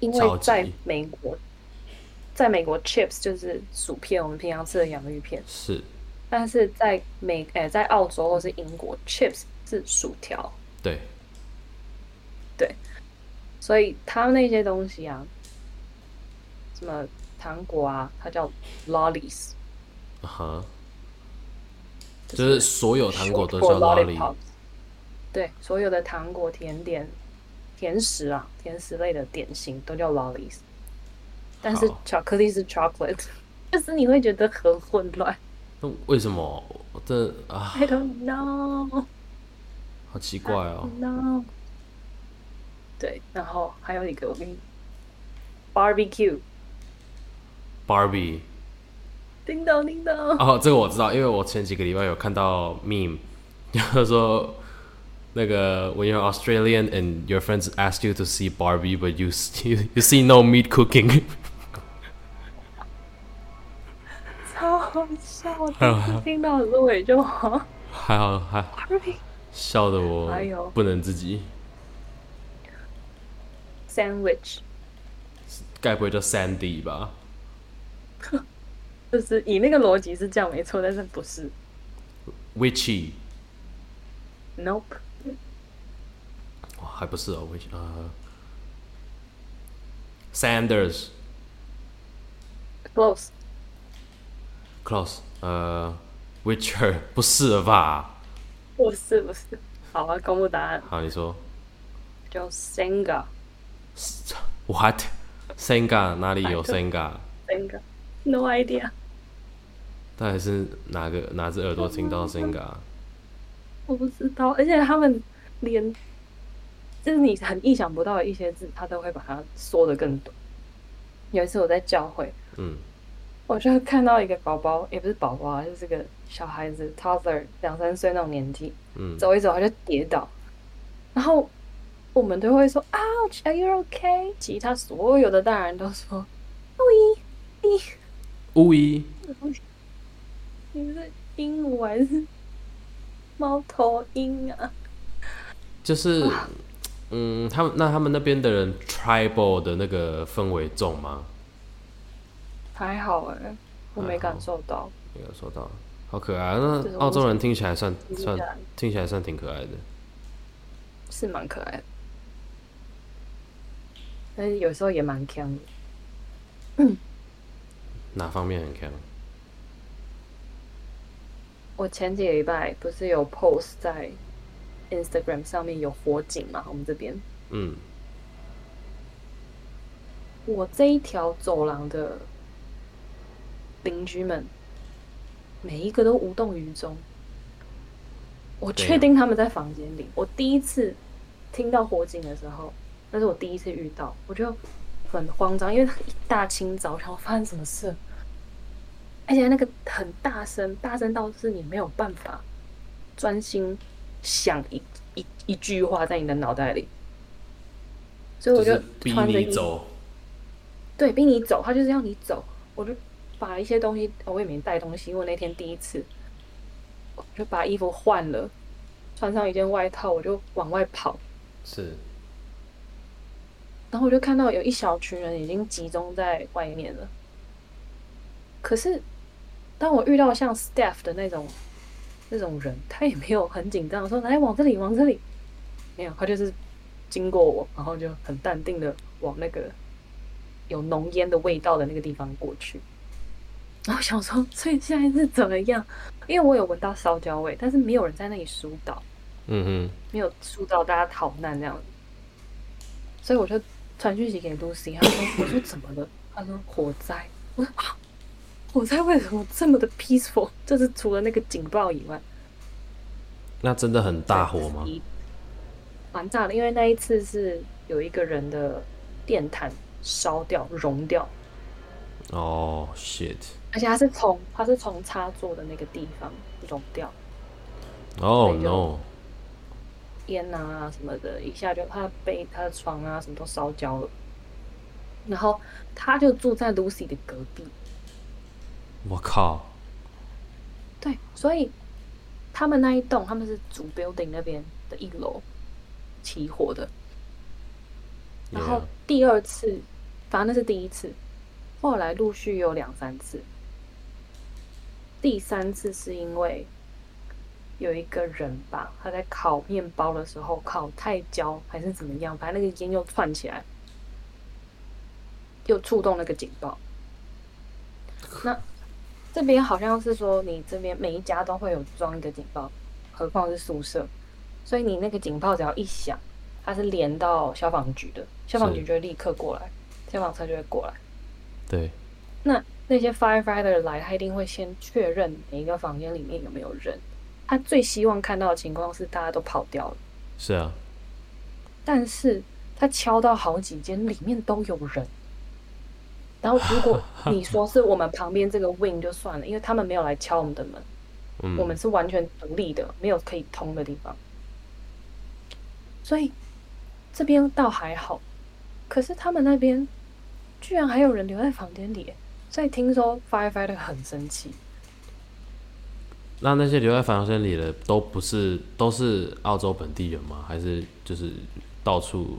[SPEAKER 1] 因
[SPEAKER 2] 超
[SPEAKER 1] 为
[SPEAKER 2] 级
[SPEAKER 1] 在美国，在美国 chips 就是薯片，我们平常吃的洋芋片，
[SPEAKER 2] 是，
[SPEAKER 1] 但是在美诶、在澳洲或是英国 chips 是薯条，
[SPEAKER 2] 对，
[SPEAKER 1] 所以他们那些东西啊，什么糖果啊，它叫 lollies，
[SPEAKER 2] 啊哈，就是所有糖果都
[SPEAKER 1] short
[SPEAKER 2] 叫
[SPEAKER 1] for
[SPEAKER 2] 拉力，
[SPEAKER 1] lollipops 对，所有的糖果、甜点、甜食啊，甜食类的点心都叫 lollies，但是
[SPEAKER 2] 好
[SPEAKER 1] 巧克力是 chocolate，就是你会觉得很混
[SPEAKER 2] 啊
[SPEAKER 1] 乱。
[SPEAKER 2] 那为什么我这啊
[SPEAKER 1] I don't know,
[SPEAKER 2] 好奇怪哦？
[SPEAKER 1] no。对，然后还有一个我给你 barbecue，
[SPEAKER 2] Barbie，
[SPEAKER 1] 叮咚叮咚，
[SPEAKER 2] 哦，这个我知道，因为我前几个礼拜有看到 meme，就是 说那个 When you're Australian and your friends ask you to see Barbie, but you see- you see no meat cooking，
[SPEAKER 1] 超好笑
[SPEAKER 2] 还有
[SPEAKER 1] 的，听到很多尾就好。哎
[SPEAKER 2] 还好还
[SPEAKER 1] barbecue
[SPEAKER 2] 笑得
[SPEAKER 1] 哎
[SPEAKER 2] 我
[SPEAKER 1] 呦
[SPEAKER 2] 不能自己，
[SPEAKER 1] sandwich
[SPEAKER 2] 该不会叫 Sandy 吧？
[SPEAKER 1] 就是以那个逻辑是这样没错，但是不是
[SPEAKER 2] Witchy，
[SPEAKER 1] ？Nope，
[SPEAKER 2] 哇还不是哦，Witch 呃，Sanders
[SPEAKER 1] close，
[SPEAKER 2] Claus 呃，Witcher 不是了吧？
[SPEAKER 1] 不是不是。好啊，公布答案，
[SPEAKER 2] 好，你说
[SPEAKER 1] 叫 Senga
[SPEAKER 2] What Senga 哪里
[SPEAKER 1] 哪
[SPEAKER 2] 有
[SPEAKER 1] 个
[SPEAKER 2] Senga？
[SPEAKER 1] Senga，No idea，
[SPEAKER 2] 到底是哪个哪只耳朵听到 Senga？
[SPEAKER 1] 我不知道，而且他们连就是你很意想不到的一些字，他都会把它缩的更短。有一次我在教会，
[SPEAKER 2] 嗯，
[SPEAKER 1] 我就看到一个宝宝，也不是宝宝啊，就是个小孩子 toddler 两三岁那种年纪，
[SPEAKER 2] 嗯
[SPEAKER 1] 走一走他就跌倒，然后我们都会说 “ouch，are you okay？” 其他所有的大人都说“不一，你
[SPEAKER 2] 乌一
[SPEAKER 1] 你是鹦鹉还是猫头鹰啊
[SPEAKER 2] 就是嗯，他们那他们那边的人 tribal 的那个氛围重吗？”？
[SPEAKER 1] 还好哎、我没
[SPEAKER 2] 还
[SPEAKER 1] 感
[SPEAKER 2] 好
[SPEAKER 1] 受到。
[SPEAKER 2] 没有说到，好可爱啊。那
[SPEAKER 1] 对
[SPEAKER 2] 澳洲人听起来算
[SPEAKER 1] 我
[SPEAKER 2] 算
[SPEAKER 1] 听起来
[SPEAKER 2] 听起来算挺可爱的。
[SPEAKER 1] 是蛮可爱的，但是有时候也蛮强的。
[SPEAKER 2] 哪方面很强？
[SPEAKER 1] 我前几个礼拜不是有 post 在 Instagram 上面有火警嘛，我们这边，
[SPEAKER 2] 嗯，
[SPEAKER 1] 我这一条走廊的邻居们，每一个都无动于衷。我
[SPEAKER 2] 对啊
[SPEAKER 1] 确定他们在房间里。我第一次听到火警的时候，那是我第一次遇到，我就很慌张，因为一大清早，然后发生什么事了，而且那个很大声，大声到是你没有办法专心想一一一句话在你的脑袋里，所以
[SPEAKER 2] 就
[SPEAKER 1] 我就是
[SPEAKER 2] 逼
[SPEAKER 1] 穿着
[SPEAKER 2] 你
[SPEAKER 1] 衣服
[SPEAKER 2] 走。
[SPEAKER 1] 对，逼你走，他就是要你走。我就把一些东西，哦我也没带东西，因为那天第一次，我就把衣服换了，穿上一件外套，我就往外跑。
[SPEAKER 2] 是，
[SPEAKER 1] 然后我就看到有一小群人已经集中在外面了。可是，当我遇到像 staff 的那种那种人，他也没有很紧张地说来往这里，往这里，没有，他就是经过我，然后就很淡定的往那个有浓烟的味道的那个地方过去。然后想说，所以现在是怎么样？因为我有闻到烧焦味，但是没有人在那里疏导。
[SPEAKER 2] 嗯
[SPEAKER 1] 没有疏导大家逃难这样子，所以我就传讯息给 Lucy，她说：“我说怎么了？”她说：“火灾。”我说：“啊，火灾为什么这么的 peaceful？就是 除了那个警报以外，
[SPEAKER 2] 哼，那真的很大火吗
[SPEAKER 1] 所以？就是一蛮大的，因为那一次是有一个人的电毯烧掉、融掉，
[SPEAKER 2] 哦、s h i t
[SPEAKER 1] 而且它是从它是从插座的那个地方融掉，
[SPEAKER 2] 哦、
[SPEAKER 1] 所以就
[SPEAKER 2] no，
[SPEAKER 1] 烟啊什么的，一下就他的被他的床啊什么都烧焦了。然后他就住在 Lucy 的隔壁，
[SPEAKER 2] 我靠，
[SPEAKER 1] 对，所以他们那一栋他们是主 building 那边的一楼起火的，然后
[SPEAKER 2] Yeah
[SPEAKER 1] 第二次，反正那是第一次，后来陆续有两三次，第三次是因为有一个人吧，他在烤面包的时候烤太焦还是怎么样，反正那个烟又窜起来，又触动那个警报。那这边好像是说你这边每一家都会有装一个警报，何况是宿舍，所以你那个警报只要一响，它是连到消防局的，消防局
[SPEAKER 2] 是
[SPEAKER 1] 就会立刻过来，消防车就会过来。
[SPEAKER 2] 对，
[SPEAKER 1] 那那些 firefighter 来，他一定会先确认每一个房间里面有没有人。他最希望看到的情况是大家都跑掉了，
[SPEAKER 2] 是啊，
[SPEAKER 1] 但是他敲到好几间，里面都有人。然后如果你说是我们旁边这个 wing 就算了， 因为他们没有来敲我们的门，
[SPEAKER 2] 嗯，
[SPEAKER 1] 我们是完全独立的，没有可以通的地方。所以这边倒还好，可是他们那边居然还有人留在房间里耶，所以听说 firefighter 很生气。
[SPEAKER 2] 那那些留在房间里的都不是都是澳洲本地人吗？还是就是到处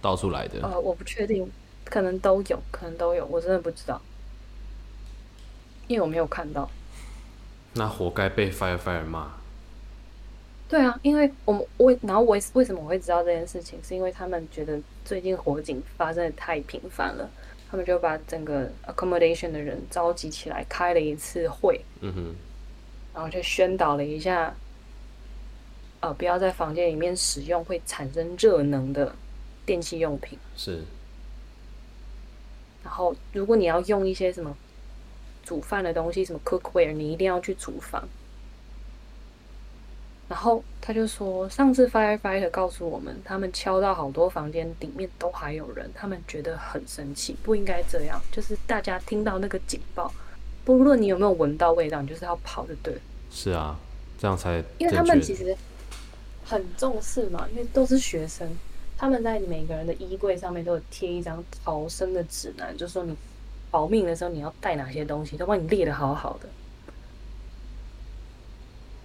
[SPEAKER 2] 到处来的？
[SPEAKER 1] 呃，我不确定，可能都有，可能都有，我真的不知道，因为我没有看到。
[SPEAKER 2] 那活该被 firefighter 骂。
[SPEAKER 1] 对啊，因为我们我然后我也是为什么我会知道这件事情，是因为他们觉得最近火警发生的太频繁了，他们就把整个 accommodation 的人召集起来开了一次会，
[SPEAKER 2] 嗯哼，
[SPEAKER 1] 然后就宣导了一下，呃，不要在房间里面使用会产生热能的电器用品。
[SPEAKER 2] 是
[SPEAKER 1] 然后，如果你要用一些什么煮饭的东西，什么 cookware，你一定要去厨房。然后他就说，上次 firefighter 告诉我们，他们敲到好多房间里面都还有人，他们觉得很生气，不应该这样。就是大家听到那个警报，不论你有没有闻到味道，你就是要跑就对了。
[SPEAKER 2] 是啊，这样才
[SPEAKER 1] 因为他
[SPEAKER 2] 正
[SPEAKER 1] 们
[SPEAKER 2] 确
[SPEAKER 1] 其实很重视嘛，因为都是学生，他们在每个人的衣柜上面都有贴一张逃生的指南，就说你保命的时候你要带哪些东西，都帮你列的好好的。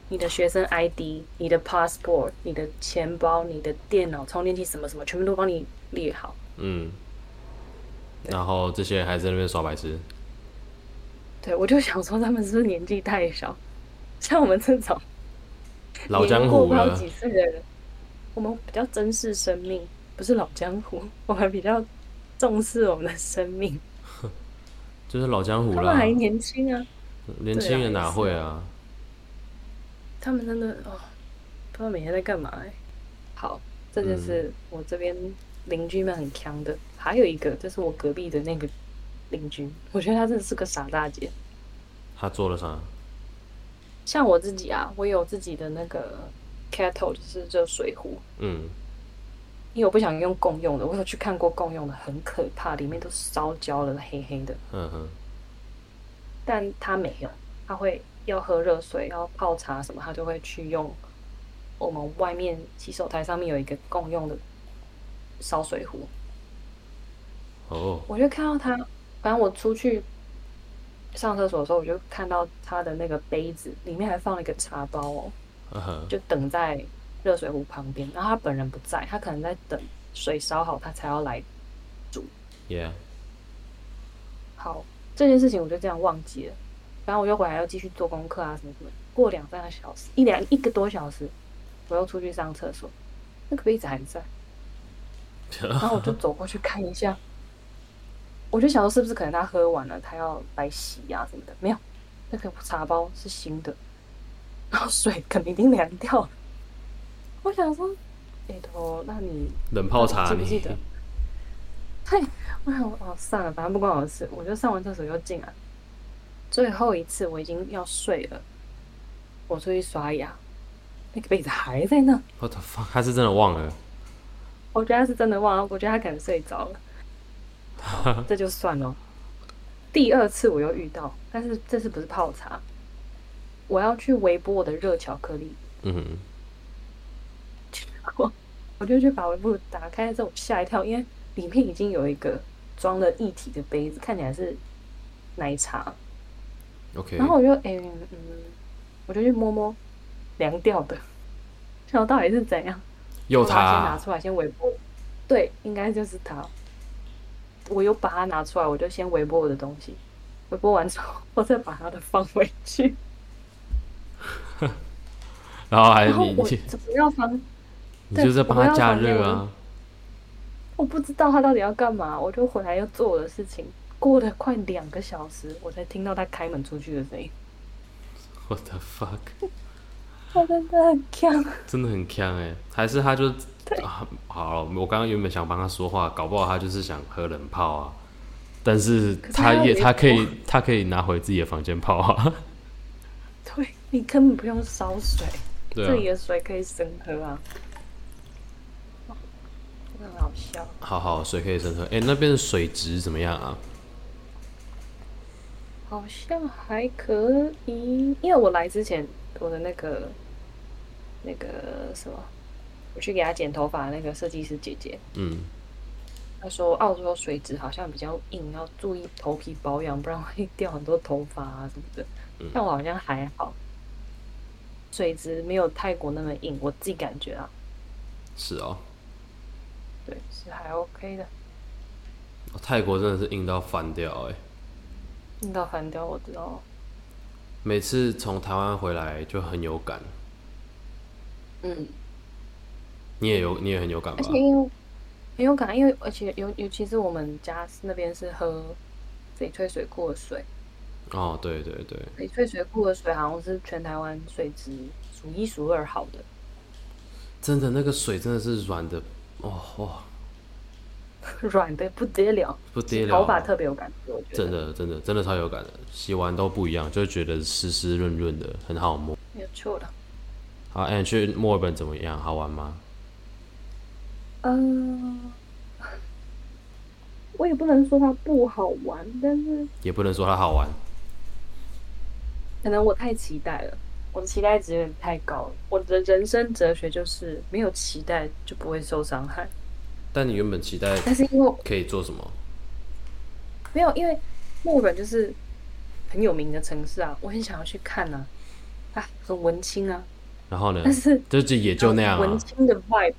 [SPEAKER 1] 你的学生 ID、你的 passport、你的钱包、你的电脑充电器什么什么，全部都帮你列好。
[SPEAKER 2] 嗯。然后这些人还在那边耍白痴，
[SPEAKER 1] 对，我就想说他们是不是年纪太小，像我们这种
[SPEAKER 2] 老江
[SPEAKER 1] 年过
[SPEAKER 2] 湖啊
[SPEAKER 1] 不了
[SPEAKER 2] 了
[SPEAKER 1] 几。岁的人，我们比较珍视生命，不是老江湖， 我们比较重视我们的生 命。
[SPEAKER 2] 就是老江湖
[SPEAKER 1] 他们
[SPEAKER 2] 啦
[SPEAKER 1] 还，年轻啊，
[SPEAKER 2] 年
[SPEAKER 1] 对啊
[SPEAKER 2] 轻人哪
[SPEAKER 1] 也是
[SPEAKER 2] 会啊？
[SPEAKER 1] 他们真的哦，不知道每天在干嘛哎、好，这就是我这边邻居们很强的，还有一个就是我隔壁的那个邻居，我觉得她真的是个傻大姐。
[SPEAKER 2] 他做了啥？
[SPEAKER 1] 像我自己啊，我有自己的那个 kettle，就是热水壶，
[SPEAKER 2] 嗯，
[SPEAKER 1] 因为我不想用共用的，我有去看过共用的，很可怕，里面都烧焦了，黑黑的。
[SPEAKER 2] 嗯哼，
[SPEAKER 1] 但他没有，他会要喝热水，要泡茶什么，他就会去用我们外面洗手台上面有一个共用的烧水壶。
[SPEAKER 2] 哦，
[SPEAKER 1] 我就看到他，反正我出去上厕所的时候，我就看到他的那个杯子里面还放了一个茶包哦，
[SPEAKER 2] 嗯哼，
[SPEAKER 1] 就等在热水壶旁边。然后他本人不在，他可能在等水烧好，他才要来
[SPEAKER 2] ，yeah，
[SPEAKER 1] 好，这件事情我就这样忘记了。然后我又回来要继续做功课啊，什么什么。过两三个小时，一两一个多小时，我又出去上厕所，那个杯子还在。然后我就走过去看一下， 我就想说是不是可能他喝完了，他要来洗啊什么的。没有，那个茶包是新的，然后水肯定已经凉掉了。我想说，哎、头，那你
[SPEAKER 2] 冷泡茶
[SPEAKER 1] 记不记
[SPEAKER 2] 你
[SPEAKER 1] 得？ 嘿，我想哦，算了，反正不关我的事，我就上完厕所又进来。最后一次我已经要睡了，我出去刷牙，那个被子还在那，
[SPEAKER 2] ，what the fuck？他是真的忘了，
[SPEAKER 1] 我觉得他是真的忘了，我觉得他可能睡着了。 好这就算了。第二次我又遇到，但是这次不是泡茶，我要去微波我的热巧克力，
[SPEAKER 2] 嗯哼，
[SPEAKER 1] 我就去把微波炉打开之后，我吓一跳，因为里面已经有一个装了液体的杯子，看起来是奶茶。
[SPEAKER 2] OK，
[SPEAKER 1] 然后我就哎、嗯嗯，我就去摸摸凉掉的，想到到底是怎样。
[SPEAKER 2] 又
[SPEAKER 1] 我把它先拿
[SPEAKER 2] 他
[SPEAKER 1] 出来，先微波。对，应该就是它。我有把它拿出来，我就先微波我的东西，微波完之后，我再把它的放回去。
[SPEAKER 2] 然后还
[SPEAKER 1] 然后
[SPEAKER 2] 你
[SPEAKER 1] 我
[SPEAKER 2] 你
[SPEAKER 1] 怎么样放？
[SPEAKER 2] 你
[SPEAKER 1] 对
[SPEAKER 2] 就在帮它
[SPEAKER 1] 我
[SPEAKER 2] 加
[SPEAKER 1] 要把那
[SPEAKER 2] 热
[SPEAKER 1] 个
[SPEAKER 2] 啊，
[SPEAKER 1] 我不知道他到底要干嘛，我就回来又做我的事情。过了快两个小时，我才听到他开门出去的声音。
[SPEAKER 2] 我的 fuck，
[SPEAKER 1] 他真的很强，
[SPEAKER 2] 真的很呛哎、还是他就啊好，我刚刚原本想帮他说话，搞不好他就是想喝冷泡啊，但是
[SPEAKER 1] 可是
[SPEAKER 2] 他
[SPEAKER 1] 他有
[SPEAKER 2] 也
[SPEAKER 1] 微
[SPEAKER 2] 他可以
[SPEAKER 1] 波
[SPEAKER 2] 他可以拿回自己的房间泡啊，
[SPEAKER 1] 对你根本不用烧水，这里
[SPEAKER 2] 对啊，
[SPEAKER 1] 的水可以生喝啊。真的很好笑，
[SPEAKER 2] 好好水可以生喝，哎、那边的水质怎么样啊？
[SPEAKER 1] 好像还可以，因为我来之前我的那个那个什么，我去给他剪头发的那个设计师姐姐，
[SPEAKER 2] 嗯，
[SPEAKER 1] 他说澳洲水质好像比较硬，要注意头皮保养，不然会掉很多头发啊什么的
[SPEAKER 2] 嗯。
[SPEAKER 1] 但我好像还好，水质没有泰国那么硬，我自己感觉啊，
[SPEAKER 2] 是哦，
[SPEAKER 1] 对，是还 OK 的。
[SPEAKER 2] 哦泰国真的是硬到翻掉哎、
[SPEAKER 1] 硬到翻掉，我知道。
[SPEAKER 2] 每次从台湾回来就很有感，
[SPEAKER 1] 嗯，
[SPEAKER 2] 你也有你也很有感
[SPEAKER 1] 而
[SPEAKER 2] 吧
[SPEAKER 1] 且？因为很有感，因为而且尤尤其是我们家是那边是喝翡翠水库的水，
[SPEAKER 2] 哦，对对对，
[SPEAKER 1] 翡翠水库的水好像是全台湾水质数一数二好的。
[SPEAKER 2] 真的那个水真的是软的，哦哇，
[SPEAKER 1] 软的不得了，
[SPEAKER 2] 不得了啊
[SPEAKER 1] 头发特别有感觉，我觉得
[SPEAKER 2] 真的真的真的超有感的，洗完都不一样，就觉得湿湿润润的，很好摸。
[SPEAKER 1] 没有错的。
[SPEAKER 2] 好，哎，你去墨尔本怎么样？好玩吗？
[SPEAKER 1] 嗯，我也不能说它不好玩，但是
[SPEAKER 2] 也不能说它好玩，
[SPEAKER 1] 可能我太期待了，我的期待值有点太高了。我的人生哲学就是没有期待就不会受伤害，
[SPEAKER 2] 但你原本期待
[SPEAKER 1] 但是因为
[SPEAKER 2] 可以做什么？
[SPEAKER 1] 没有，因为墨尔本就是很有名的城市啊，我很想要去看啊，啊，很文青啊，
[SPEAKER 2] 然后呢？
[SPEAKER 1] 但是
[SPEAKER 2] 这就也就那样
[SPEAKER 1] 文
[SPEAKER 2] 啊。
[SPEAKER 1] 青的 vibe。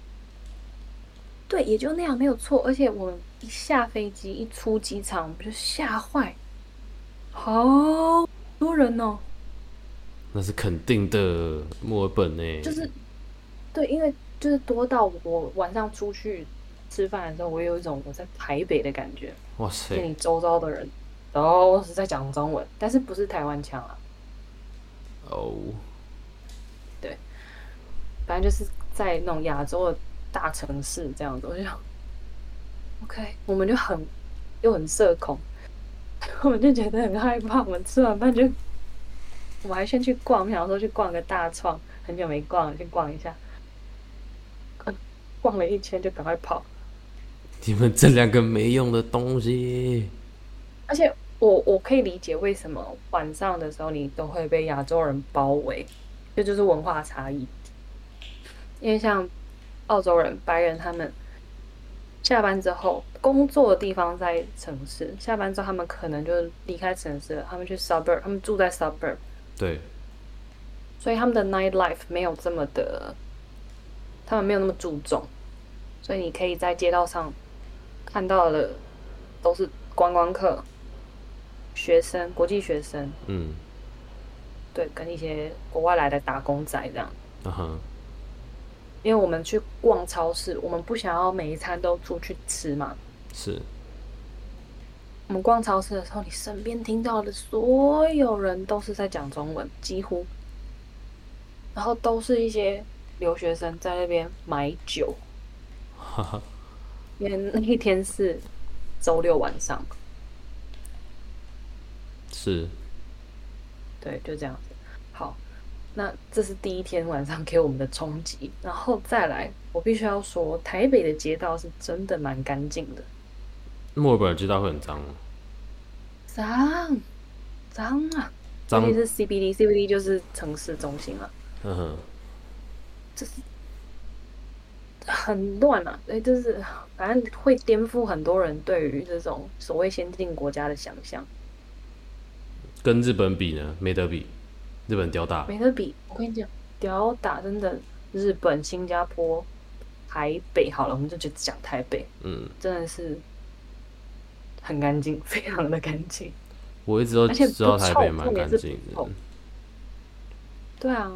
[SPEAKER 1] 对，也就那样，没有错。而且我们一下飞机，一出机场，我们就吓坏，好多人哦。
[SPEAKER 2] 那是肯定的，墨尔本呢？
[SPEAKER 1] 就是对，因为就是多到我晚上出去吃饭的时候，我有一种我在台北的感觉，
[SPEAKER 2] 哇
[SPEAKER 1] 就
[SPEAKER 2] 塞，
[SPEAKER 1] 你周遭的人都是在讲中文，但是不是台湾腔啊，
[SPEAKER 2] 哦，
[SPEAKER 1] 反正就是在那种亚洲的大城市这样子，我就想，OK，我们就很又很社恐，我们就觉得很害怕。我们吃完饭就，我们还先去逛，我们想说去逛个大创，很久没逛了，去逛一下，逛逛了一圈就赶快跑。
[SPEAKER 2] 你们这两个没用的东西，
[SPEAKER 1] 而且我我可以理解为什么晚上的时候你都会被亚洲人包围，这就是文化差异。因为像澳洲人、白人他们下班之后工作的地方在城市，下班之后他们可能就离开城市了，他们去 suburb，他们住在 suburb，
[SPEAKER 2] 对，
[SPEAKER 1] 所以他们的 night life 没有这么的，他们没有那么注重，所以你可以在街道上看到的都是观光客、学生、国际学生，
[SPEAKER 2] 嗯，
[SPEAKER 1] 对，跟一些国外来的打工仔这样。
[SPEAKER 2] 啊哈，
[SPEAKER 1] 因为我们去逛超市，我们不想要每一餐都出去吃嘛。
[SPEAKER 2] 是，
[SPEAKER 1] 我们逛超市的时候，你身边听到的所有人都是在讲中文，几乎，然后都是一些留学生在那边买酒，
[SPEAKER 2] 哈哈，
[SPEAKER 1] 因为那一天是周六晚上，
[SPEAKER 2] 是，
[SPEAKER 1] 对，就这样子。好，那这是第一天晚上给我们的冲击，然后再来，我必须要说，台北的街道是真的蛮干净的，
[SPEAKER 2] 墨尔本的街道会很脏吗，
[SPEAKER 1] 脏脏啊，尤
[SPEAKER 2] 脏
[SPEAKER 1] 其，是 CBD，CBD 就是城市中心啊了，
[SPEAKER 2] 嗯哼，
[SPEAKER 1] 就是很乱啊，对，就是反正会颠覆很多人对于这种所谓先进国家的想象。
[SPEAKER 2] 跟日本比呢，没得比，日本屌大，
[SPEAKER 1] 没得比，我跟你讲，屌打真的，日本、新加坡、台北好了，我们就只讲台北，
[SPEAKER 2] 嗯，
[SPEAKER 1] 真的是很干净，非常的干净。
[SPEAKER 2] 我一直都
[SPEAKER 1] 而且不
[SPEAKER 2] 知道台北
[SPEAKER 1] 臭
[SPEAKER 2] 蛮
[SPEAKER 1] 重点
[SPEAKER 2] 干
[SPEAKER 1] 是
[SPEAKER 2] 净
[SPEAKER 1] 不
[SPEAKER 2] 的
[SPEAKER 1] 臭。对啊，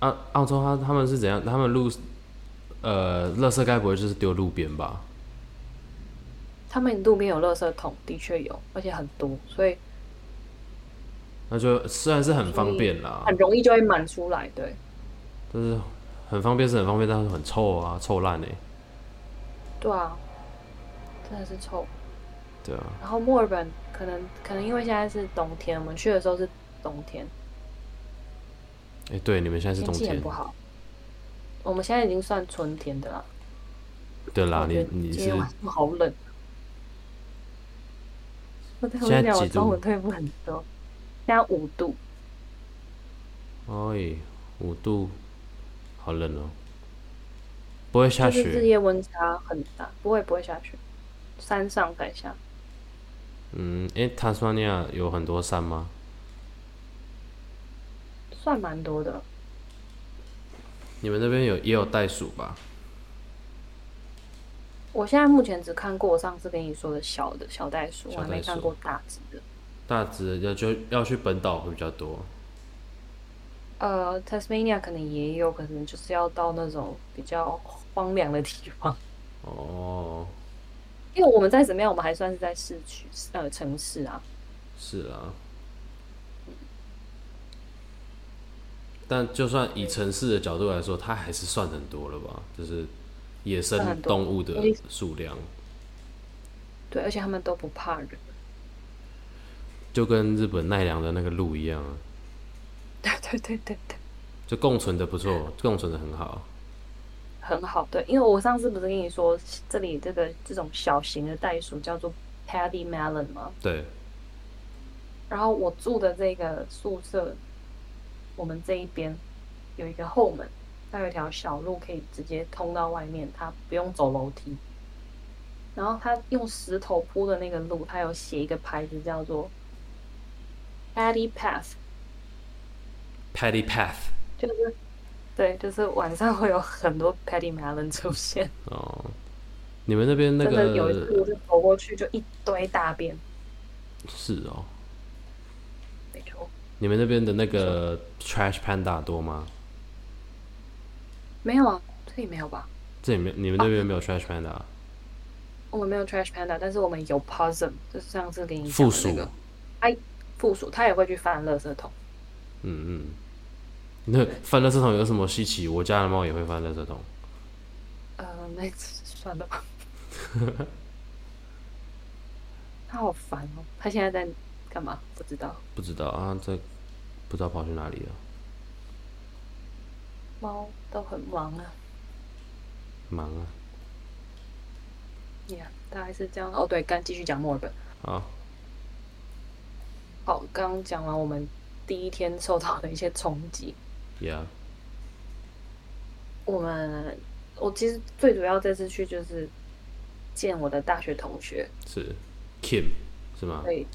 [SPEAKER 2] 啊，澳洲他他们是怎样？他们路，呃，垃圾该不会就是丢路边吧？
[SPEAKER 1] 他们路边有垃圾桶，的确有，而且很多，所以
[SPEAKER 2] 那就虽然是很方便啦，
[SPEAKER 1] 很容易就会满出来。对，
[SPEAKER 2] 但是很方便是很方便，但是很臭啊，臭烂哎、
[SPEAKER 1] 对啊，真的是臭。
[SPEAKER 2] 对啊，
[SPEAKER 1] 然后墨尔本可能可能因为现在是冬天，我们去的时候是冬天，
[SPEAKER 2] 哎、对，你们现在是
[SPEAKER 1] 天
[SPEAKER 2] 冬
[SPEAKER 1] 气
[SPEAKER 2] 天
[SPEAKER 1] 很不，好。我们现在已经算春天的啦。
[SPEAKER 2] 对啦，
[SPEAKER 1] 我觉得
[SPEAKER 2] 你啊你
[SPEAKER 1] 今
[SPEAKER 2] 是
[SPEAKER 1] 天晚上好冷。啊我在我
[SPEAKER 2] 现在
[SPEAKER 1] 跟你讲，我
[SPEAKER 2] 几度
[SPEAKER 1] 中午退步很多，现在五度，
[SPEAKER 2] 哎五度，好冷哦、不会下
[SPEAKER 1] 就是日
[SPEAKER 2] 雪，
[SPEAKER 1] 夜温差很大，不会不会下雪，山上改下。
[SPEAKER 2] 嗯，哎、塔斯马尼亚有很多山吗？
[SPEAKER 1] 算蛮多的。
[SPEAKER 2] 你们那边有也有袋鼠吧？
[SPEAKER 1] 我现在目前只看过我上次跟你说的小的小袋鼠，我还没
[SPEAKER 2] 小袋
[SPEAKER 1] 看
[SPEAKER 2] 鼠
[SPEAKER 1] 过大只的。
[SPEAKER 2] 大只的就要去本岛会比较多，
[SPEAKER 1] 呃，Tasmania 可能也有，可能就是要到那种比较荒凉的地方，
[SPEAKER 2] 哦，
[SPEAKER 1] 因为我们在怎么样，我们还算是在市区，呃，城市啊。
[SPEAKER 2] 是啊啦。但就算以城市的角度来说，它还是算很多了吧？就是野
[SPEAKER 1] 算
[SPEAKER 2] 生
[SPEAKER 1] 很多
[SPEAKER 2] 动物的
[SPEAKER 1] 我的意思
[SPEAKER 2] 数量，
[SPEAKER 1] 对，而且他们都不怕人。
[SPEAKER 2] 就跟日本奈良的那个鹿一样啊，
[SPEAKER 1] 对对对对对，
[SPEAKER 2] 就共存的不错，共存的很好。
[SPEAKER 1] 很好。对，因为我上次不是跟你说，这里这个这种小型的袋鼠叫做 Paddy Melon 吗？
[SPEAKER 2] 对，
[SPEAKER 1] 然后我住的这个宿舍，我们这一边有一个后门，它有一条小路可以直接通到外面，它不用走楼梯。然后它用石头铺的那个路，它有写一个牌子叫做 Paddy Path，
[SPEAKER 2] Paddy Path
[SPEAKER 1] 就是对，就是晚上会有很多 Paddy Melon 出现。
[SPEAKER 2] 哦，你们那边那
[SPEAKER 1] 真的有一次，我
[SPEAKER 2] 个
[SPEAKER 1] 就走过去，就一堆大便，
[SPEAKER 2] 是哦，
[SPEAKER 1] 没错，
[SPEAKER 2] 你们那边的那个 Trash Panda 多吗？
[SPEAKER 1] 没有啊，这里没有吧？
[SPEAKER 2] 这里面你们那边没有
[SPEAKER 1] 啊
[SPEAKER 2] Trash 啊 Panda，、
[SPEAKER 1] 我们没有 Trash Panda，但是我们有 Possum，就是上次给你讲
[SPEAKER 2] 附
[SPEAKER 1] 的
[SPEAKER 2] 属
[SPEAKER 1] 那个。附属，它也会去翻垃圾桶。
[SPEAKER 2] 嗯嗯，那翻垃圾桶有什么稀奇？我家的猫也会翻垃圾桶。
[SPEAKER 1] 呃，那次算 了吧。它好烦哦！它现在在干嘛？不知道。
[SPEAKER 2] 不知道啊，这不知道跑去哪里了，
[SPEAKER 1] 猫都很忙啊。
[SPEAKER 2] 忙啊！
[SPEAKER 1] 呀、yeah,，大概是这样。哦，对，刚继续讲墨尔本。
[SPEAKER 2] 好，
[SPEAKER 1] 好，刚刚讲完我们第一天受到的一些冲击。
[SPEAKER 2] yeah，
[SPEAKER 1] 我们，我其实最主要这次去就是见我的大学同学，
[SPEAKER 2] 是 Kim 是吗？
[SPEAKER 1] 对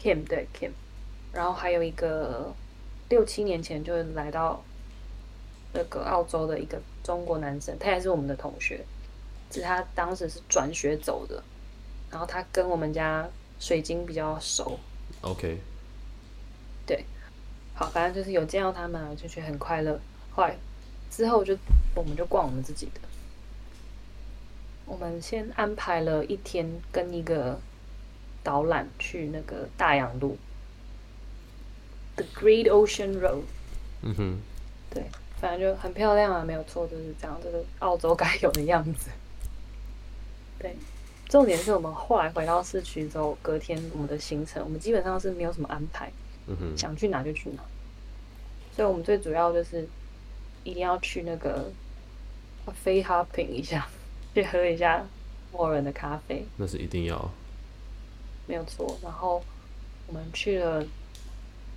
[SPEAKER 1] ，Kim 对 Kim，然后还有一个六七年前就是来到那个澳洲的一个中国男生，他也是我们的同学，只是他当时是转学走的，然后他跟我们家水晶比较熟，
[SPEAKER 2] OK，
[SPEAKER 1] 好，反正就是有见到他们啊，就觉得很快乐。后来之后就我们就逛我们自己的，我们先安排了一天跟一个导览去那个大洋路，The Great Ocean Road。
[SPEAKER 2] 嗯哼，
[SPEAKER 1] 对，反正就很漂亮啊，没有错，就是这样，就是澳洲该有的样子。对，重点是我们后来回到市区之后，隔天我们的行程，我们基本上是没有什么安排。
[SPEAKER 2] 嗯哼，
[SPEAKER 1] 想去哪就去哪。所以我们最主要就是一定要去那个咖啡 hopping 一下，去喝一下墨尔本的咖啡，
[SPEAKER 2] 那是一定要。
[SPEAKER 1] 没有错。然后我们去了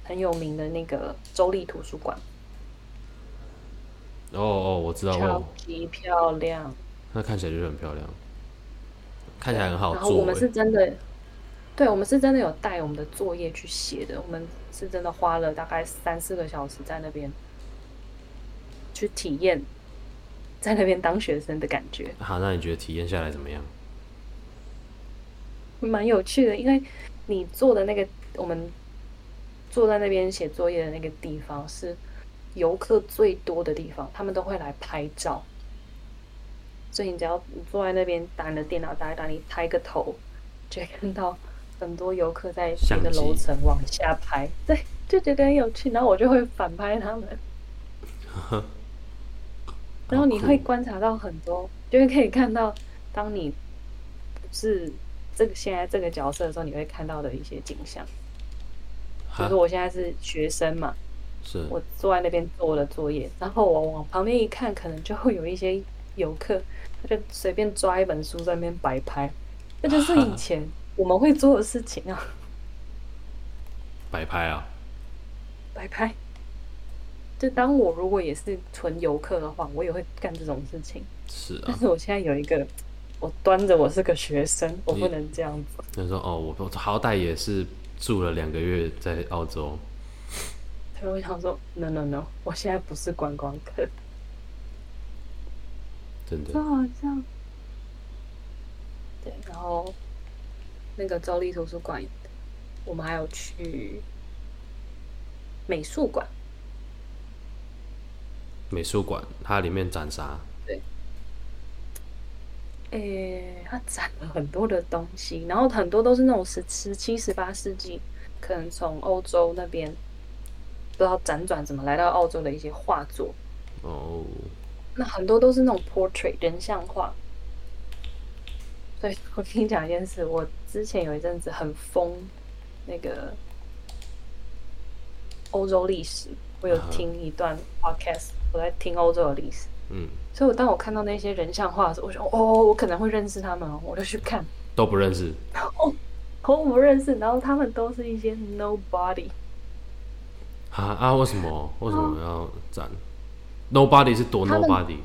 [SPEAKER 1] 很有名的那个州立图书馆，
[SPEAKER 2] 哦哦，我知道
[SPEAKER 1] 超
[SPEAKER 2] 哦，
[SPEAKER 1] 级漂亮。
[SPEAKER 2] 那看起来就是很漂亮，看起来很好
[SPEAKER 1] 然后我
[SPEAKER 2] 做
[SPEAKER 1] 们是
[SPEAKER 2] 欸。
[SPEAKER 1] 真的，对我们是真的有带我们的作业去写的，我们是真的花了大概三四个小时在那边去体验，在那边当学生的感觉。
[SPEAKER 2] 好，那你觉得体验下来怎么样？
[SPEAKER 1] 蛮有趣的，因为你坐的那个我们坐在那边写作业的那个地方是游客最多的地方，他们都会来拍照。所以你只要你坐在那边打你的电脑打一打，你拍个头，就会看到很多游客在
[SPEAKER 2] 相
[SPEAKER 1] 你的楼
[SPEAKER 2] 机
[SPEAKER 1] 层往下拍，对，就觉得很有趣。然后我就会反拍他们，然后你会观察到很多，就会可以看到，当你不是这个现在这个角色的时候，你会看到的一些景象。比如
[SPEAKER 2] 哈
[SPEAKER 1] 说我现在是学生嘛，
[SPEAKER 2] 是
[SPEAKER 1] 我坐在那边做我的作业，然后我往旁边一看，可能就会有一些游客，他就随便抓一本书在那边摆拍，这就是以前我们会做的事情啊，
[SPEAKER 2] 摆拍啊，
[SPEAKER 1] 摆拍。就当我如果也是纯游客的话，我也会干这种事情。
[SPEAKER 2] 是啊
[SPEAKER 1] 但。是我现在有一个，我端着我是个学生，我
[SPEAKER 2] 你
[SPEAKER 1] 不能这样子。
[SPEAKER 2] 他说：“哦，我我好歹也是住了两个月在澳洲，
[SPEAKER 1] 所以我想说，no no no，我现在不是观光客，
[SPEAKER 2] 真的
[SPEAKER 1] 真好笑。对，然后那个州立图书馆，我们还有去美术馆，
[SPEAKER 2] 美术馆它里面展啥？
[SPEAKER 1] 诶，它展了很多的东西，然后很多都是那种十十七、十八世纪，可能从欧洲那边不知道辗转怎么来到澳洲的一些画作，
[SPEAKER 2] 哦，
[SPEAKER 1] 那很多都是那种 portrait 人像画。对， 我跟你讲一件事，我之前有一阵子很疯那个欧洲历史，我有
[SPEAKER 2] 啊哈
[SPEAKER 1] 听一段 podcast，我在听欧洲的历史，
[SPEAKER 2] 嗯，
[SPEAKER 1] 所以我当我看到那些人像画的时候，我说哦，我可能会认识他们哦，我就去看，哦
[SPEAKER 2] 都不认识，
[SPEAKER 1] 我不认识，然后他们都是一些 nobody，
[SPEAKER 2] 啊啊，为什么为什么要展？Nobody 是多
[SPEAKER 1] 哦他们
[SPEAKER 2] Nobody，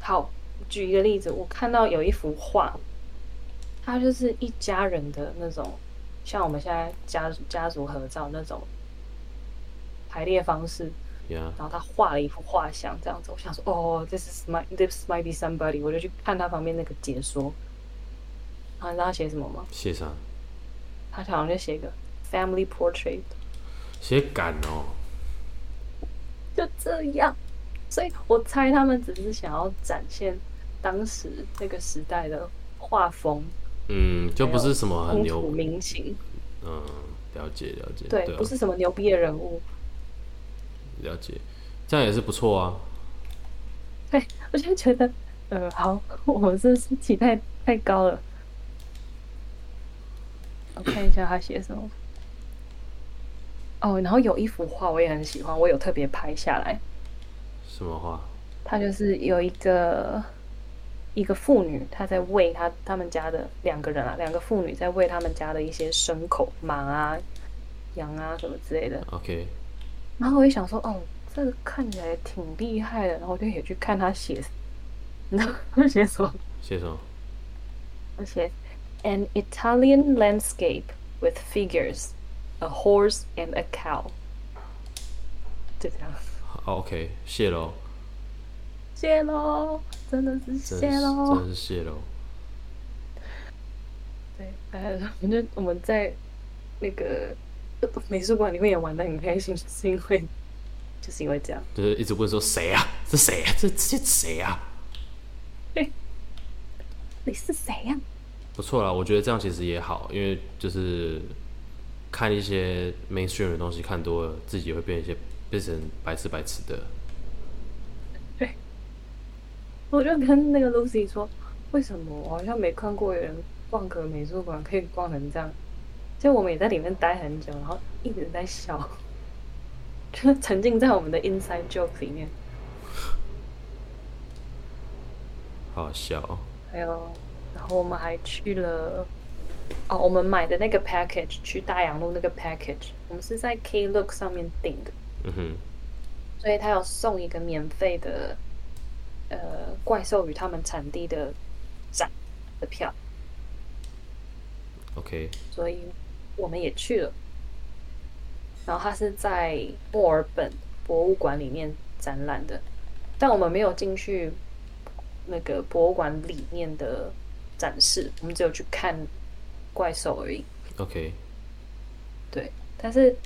[SPEAKER 1] 好，举一个例子，我看到有一幅画，它就是一家人的那种，像我们现在家家族合照那种排列方式，
[SPEAKER 2] 呀，
[SPEAKER 1] 然后他画了一幅画像这样子。我想说，哦，this is my this might be somebody，我就去看他旁边那个解说，然后你知道他写什么吗？
[SPEAKER 2] 写啥？
[SPEAKER 1] 他好像就写一个 family portrait，
[SPEAKER 2] 写感哦，
[SPEAKER 1] 就这样。所以我猜他们只是想要展现当时那个时代的画风。
[SPEAKER 2] 嗯，就不是什么很
[SPEAKER 1] 风土
[SPEAKER 2] 牛，
[SPEAKER 1] 民情，
[SPEAKER 2] 嗯，了解了解，
[SPEAKER 1] 对，
[SPEAKER 2] 对啊
[SPEAKER 1] 不是什么牛逼的人物。
[SPEAKER 2] 了解，这样也是不错啊，
[SPEAKER 1] 对，哎我就觉得，呃，好，我们是不是期待太高了？我看一下他写什么。哦，然后有一幅画我也很喜欢，我有特别拍下来。
[SPEAKER 2] 什么话？
[SPEAKER 1] 它就是有一个一个妇女，她在喂她他们家的两个人啊，两个妇女在喂他们家的一些牲口，马啊、羊啊什么之类的。
[SPEAKER 2] OK，
[SPEAKER 1] 然后我就想说，哦，这个看起来挺厉害的，然后我就也去看他写， 你知道他写什么？
[SPEAKER 2] 写什么？
[SPEAKER 1] 他写 An Italian landscape with figures, a horse and a cow，就这样。
[SPEAKER 2] 好，OK，谢哦喽，
[SPEAKER 1] 谢喽，真的是
[SPEAKER 2] 真
[SPEAKER 1] 谢
[SPEAKER 2] 的是
[SPEAKER 1] 喽
[SPEAKER 2] 真。是谢喽，
[SPEAKER 1] 对，哎，我们就我们在那个呃美术馆里面也玩的很开心，就是因为就是因为这样。
[SPEAKER 2] 就是一直问说谁啊？这谁啊？这这谁啊？
[SPEAKER 1] 你是谁呀、
[SPEAKER 2] 不错啦，我觉得这样其实也好，因为就是看一些 mainstream 的东西看多了，自己也会变一些变成白痴白痴的。
[SPEAKER 1] 我就跟那个 Lucy 说，为什么我好像没看过有人逛个美术馆可以逛成这样？就我们也在里面待很久，然后一直在笑， 就沉浸在我们的 inside joke 里面。
[SPEAKER 2] 好好笑、哦。
[SPEAKER 1] 还有，然后我们还去了，哦，我们买的那个 package 去大洋路那个 package，我们是在 Klook 上面订的，
[SPEAKER 2] 嗯哼，
[SPEAKER 1] 所以他有送一个免费的，呃，怪兽与他们产地的展的票。
[SPEAKER 2] OK，
[SPEAKER 1] 所以我们也去了。然后它是在墨尔本博物馆里面展览的，但我们没有进去那个博物馆里面的展示，我们只有去看怪兽而已。
[SPEAKER 2] OK，
[SPEAKER 1] 对，但是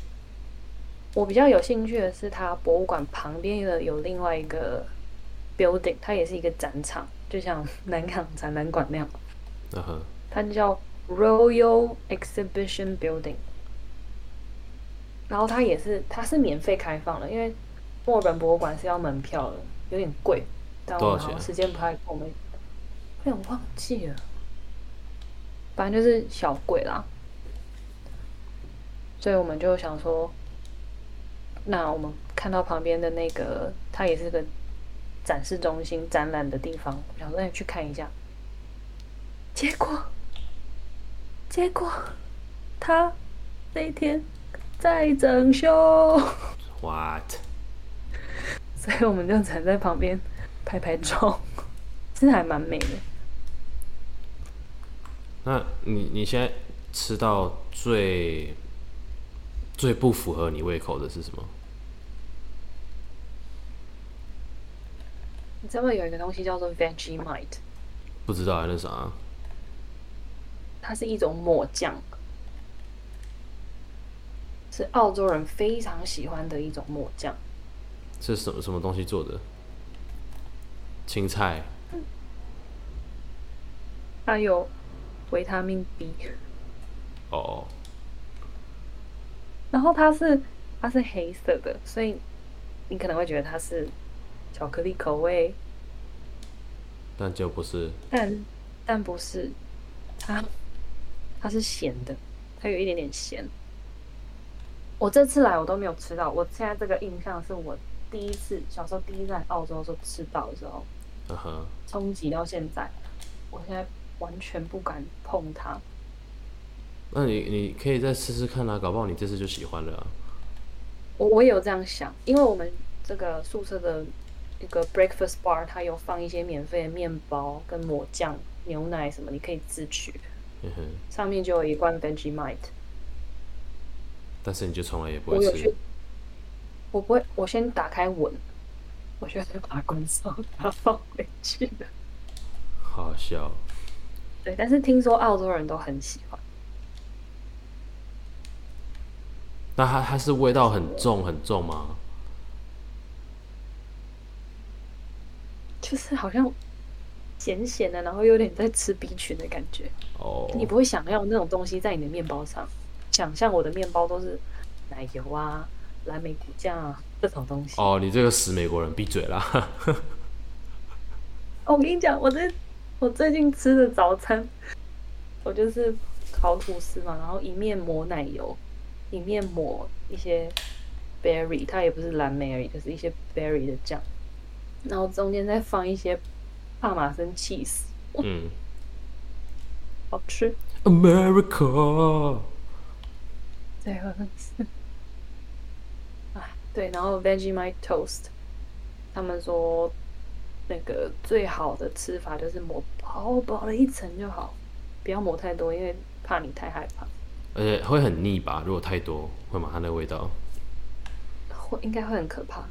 [SPEAKER 1] 我比较有兴趣的是，它博物馆旁边的有另外一个 building，它也是一个展场，就像南港展览馆那样，
[SPEAKER 2] 嗯哼，
[SPEAKER 1] 它就叫 Royal Exhibition Building。然后它也是，它是免费开放的，因为墨尔本博物馆是要门票的，有点贵，但我
[SPEAKER 2] 多
[SPEAKER 1] 们
[SPEAKER 2] 少
[SPEAKER 1] 好像
[SPEAKER 2] 钱
[SPEAKER 1] 时间不太够，我们有点忘记了，反正就是小贵啦。所以我们就想说，那我们看到旁边的那个，它也是个展示中心、展览的地方，我想说那去看一下。结果，结果他那天在整修，
[SPEAKER 2] what？
[SPEAKER 1] 所以我们就只能在旁边拍拍照， 真的还蛮美的。
[SPEAKER 2] 那你你现在吃到最最不符合你胃口的是什么？
[SPEAKER 1] 你知道有一个东西叫做 Vegemite，
[SPEAKER 2] 不知道啊，那啥，
[SPEAKER 1] 它是一种抹酱，是澳洲人非常喜欢的一种抹酱。
[SPEAKER 2] 是什么什么东西做的？青菜
[SPEAKER 1] 它有维他命 B，
[SPEAKER 2] 哦，
[SPEAKER 1] 然后它是它是黑色的，所以你可能会觉得它是巧克力口味，
[SPEAKER 2] 但就不是
[SPEAKER 1] 但但不是，它它是咸的，它有一点点咸。我这次来我都没有吃到，我现在这个印象是我第一次小时候第一次来澳洲的时候吃到的时候，
[SPEAKER 2] 嗯哼，
[SPEAKER 1] 冲击到现在，我现在完全不敢碰它。
[SPEAKER 2] 那你你可以再试试看啊，搞不好你这次就喜欢了啊、
[SPEAKER 1] 我我也有这样想，因为我们这个宿舍的一个 breakfast bar，它有放一些免费的面包跟抹酱、牛奶什么，你可以自取。
[SPEAKER 2] 嗯哼，
[SPEAKER 1] 上面就有一罐 Vegemite，
[SPEAKER 2] 但是你就从来也不
[SPEAKER 1] 我
[SPEAKER 2] 会
[SPEAKER 1] 有
[SPEAKER 2] 吃
[SPEAKER 1] 去，，我不会，我先打开闻，我觉得把它关上，把它放回去了。
[SPEAKER 2] 好好笑。
[SPEAKER 1] 对，但是听说澳洲人都很喜欢，
[SPEAKER 2] 那它它是味道很重很重吗？
[SPEAKER 1] 就是好像咸咸的，然后有点在吃 B 群的感觉。
[SPEAKER 2] 哦，
[SPEAKER 1] 你不会想要那种东西在你的面包上。想象我的面包都是奶油啊、蓝莓果酱啊这种东西。
[SPEAKER 2] 哦，你这个死美国人，闭嘴啦！
[SPEAKER 1] 哦我跟你讲，我这我最近吃的早餐，我就是烤吐司嘛，然后一面抹奶油，一面抹一些 berry，它也不是蓝莓而已，就是一些 berry 的酱，然后中间再放一些帕玛森 cheese，
[SPEAKER 2] 嗯
[SPEAKER 1] 好吃。
[SPEAKER 2] ，America，
[SPEAKER 1] 对，我很是。 啊，对，然后 Vegemite toast，他们说那个最好的吃法就是抹薄薄的一层就好，不要抹太多，因为怕你太害怕，
[SPEAKER 2] 而且会很腻吧？如果太多，会吗？它那个味道。
[SPEAKER 1] 会应该会很可怕。
[SPEAKER 2] 哎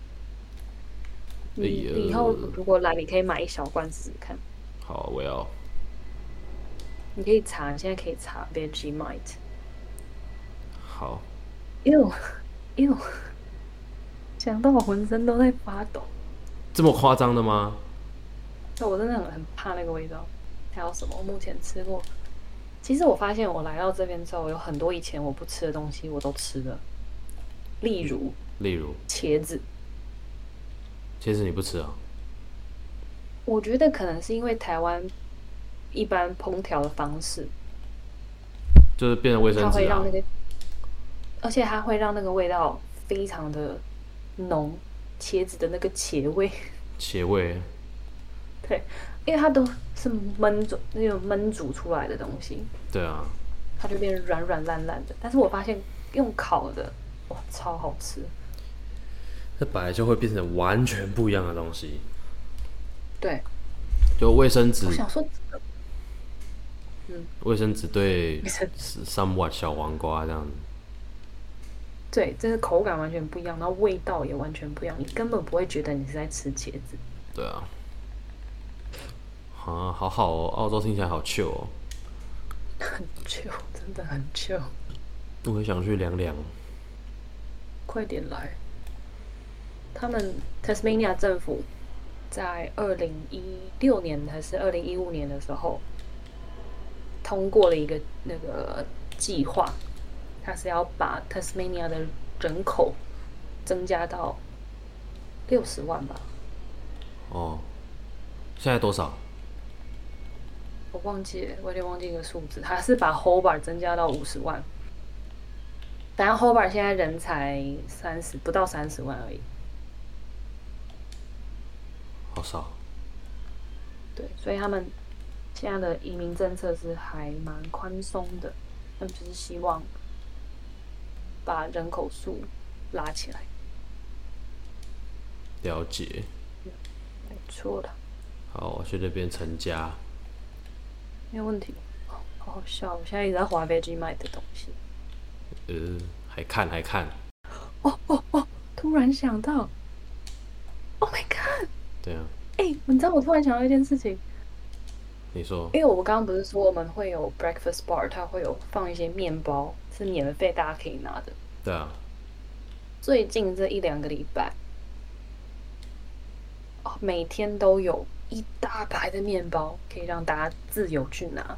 [SPEAKER 1] 你
[SPEAKER 2] 呀
[SPEAKER 1] 你以后如果来，你可以买一小罐试试看。
[SPEAKER 2] 好，我要。
[SPEAKER 1] 你可以查，你现在可以查 Vegemite，
[SPEAKER 2] 好，
[SPEAKER 1] 因为我因为我想到我浑身都在发抖。
[SPEAKER 2] 这么夸张的吗？
[SPEAKER 1] 对，我真的很很怕那个味道。还有什么？我目前吃过。其实我发现我来到这边之后，有很多以前我不吃的东西我都吃了，例如
[SPEAKER 2] 例如，
[SPEAKER 1] 茄子。
[SPEAKER 2] 其实你不吃啊？
[SPEAKER 1] 我觉得可能是因为台湾一般烹调的方式，
[SPEAKER 2] 就是变成卫生
[SPEAKER 1] 它
[SPEAKER 2] 纸
[SPEAKER 1] 会
[SPEAKER 2] 啊
[SPEAKER 1] 让那？个，而且它会让那个味道非常的浓，茄子的那个茄味。
[SPEAKER 2] 茄味，
[SPEAKER 1] 对，因为它都是焖煮那种焖煮出来的东西，
[SPEAKER 2] 对啊，
[SPEAKER 1] 它就变得软软烂烂的。但是我发现用烤的，哇，超好吃！
[SPEAKER 2] 这本来就会变成完全不一样的东西。
[SPEAKER 1] 对，
[SPEAKER 2] 就卫生纸
[SPEAKER 1] 我，想说这个
[SPEAKER 2] 卫生纸对
[SPEAKER 1] 卫生
[SPEAKER 2] somewhat 小黄瓜这样子。
[SPEAKER 1] 对，这个口感完全不一样，然后味道也完全不一样，你根本不会觉得你是在吃茄子。
[SPEAKER 2] 对啊，啊，好好哦，澳洲听起来好 chill 哦。
[SPEAKER 1] 很久，真的很久，
[SPEAKER 2] 我也想去凉凉。
[SPEAKER 1] 快点来！他们 Tasmania 政府在二零一六年还是二零一五年的时候，通过了一个那个计划，它是要把 Tasmania 的人口增加到六十万吧，
[SPEAKER 2] 哦，现在多少？
[SPEAKER 1] 我忘记了，我有点忘记一个数字，它是把 Hobart 增加到五十万，但 Hobart 现在人才三十不到三十万而已，
[SPEAKER 2] 好少。
[SPEAKER 1] 对，所以他们现在的移民政策是还蛮宽松的，他们就是希望把人口数拉起来，
[SPEAKER 2] 了解。
[SPEAKER 1] 没错的，
[SPEAKER 2] 好，我去那边成家。
[SPEAKER 1] 没有问题。哦好好笑，我现在一直在滑 VG 买的东西。
[SPEAKER 2] 呃，还看还看。
[SPEAKER 1] 突然想到，Oh my god！
[SPEAKER 2] 对啊，
[SPEAKER 1] 哎、你知道我突然想到一件事情，
[SPEAKER 2] 你说
[SPEAKER 1] 因为我刚刚不是说我们会有 breakfast bar，它会有放一些面包，是免费大家可以拿的。
[SPEAKER 2] 对啊？
[SPEAKER 1] 最近这一两个礼拜，哦，每天都有一大排的面包可以让大家自由去拿。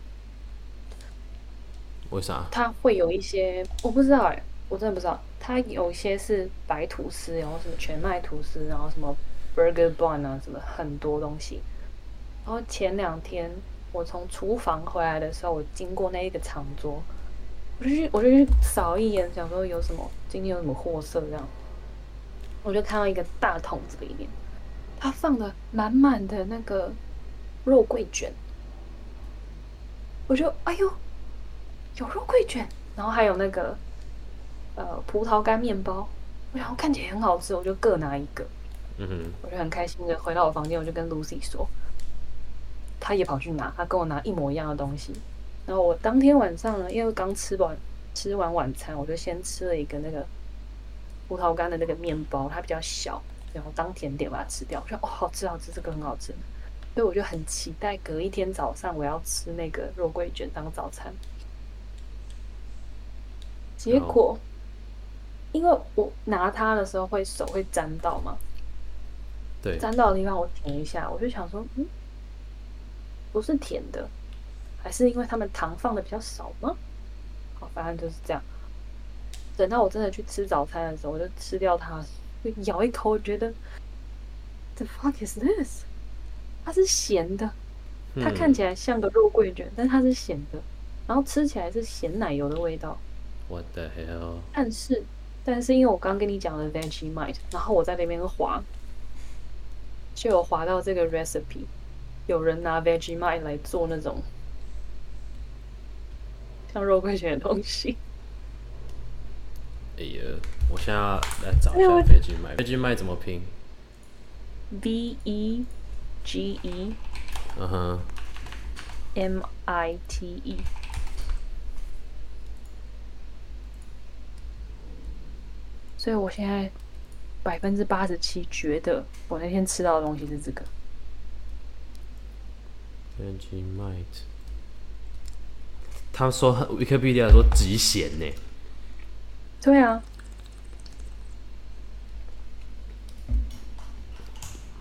[SPEAKER 2] 为啥？
[SPEAKER 1] 它会有一些我不知道哎、我真的不知道。它有一些是白吐司，然后什么全麦吐司，然后什么 burger bun 啊，什么很多东西。然后前两天我从厨房回来的时候，我经过那一个长桌，我就去我就去扫一眼，想说有什么今天有什么货色这样。我就看到一个大桶子里面，它放了满满的那个肉桂卷，我就哎呦，有肉桂卷，然后还有那个呃葡萄干面包，我想看起来很好吃，我就各拿一个，
[SPEAKER 2] 嗯哼，
[SPEAKER 1] 我就很开心的回到我房间，我就跟 Lucy 说，她也跑去拿，她跟我拿一模一样的东西，然后我当天晚上呢，因为刚吃完吃完晚餐，我就先吃了一个那个葡萄干的那个面包，它比较小，然后当甜点把它吃掉，我说哦好吃好吃，这个很好吃，所以我就很期待隔一天早上我要吃那个肉桂卷当早餐。结果，因为我拿它的时候会手会沾到嘛，
[SPEAKER 2] 对，
[SPEAKER 1] 沾到的地方我舔一下，我就想说，嗯，不是甜的，还是因为他们糖放的比较少吗？好，反正就是这样。等到我真的去吃早餐的时候，我就吃掉它，就咬一口，我觉得，the fuck is this？它是咸的，
[SPEAKER 2] 嗯
[SPEAKER 1] 它看起来像个肉桂卷，但它是咸的，然后吃起来是咸奶油的味道。
[SPEAKER 2] 我的 hell，
[SPEAKER 1] 但是，但是因为我刚跟你讲了 Veggie Mite，然后我在那边滑，就有滑到这个 recipe，有人拿 Veggie Mite 来做那种像肉桂卷的东 西。
[SPEAKER 2] 哎呀，我现在要来找一
[SPEAKER 1] 哎我
[SPEAKER 2] 下飞机麦，飞机麦怎么拼？
[SPEAKER 1] V E G E
[SPEAKER 2] 嗯哼，
[SPEAKER 1] M I T E，所以我现在百分之八十七觉得我那天吃到的东西是这个。
[SPEAKER 2] 飞机麦。他说 Wikipedia 说极咸呢，
[SPEAKER 1] 对啊。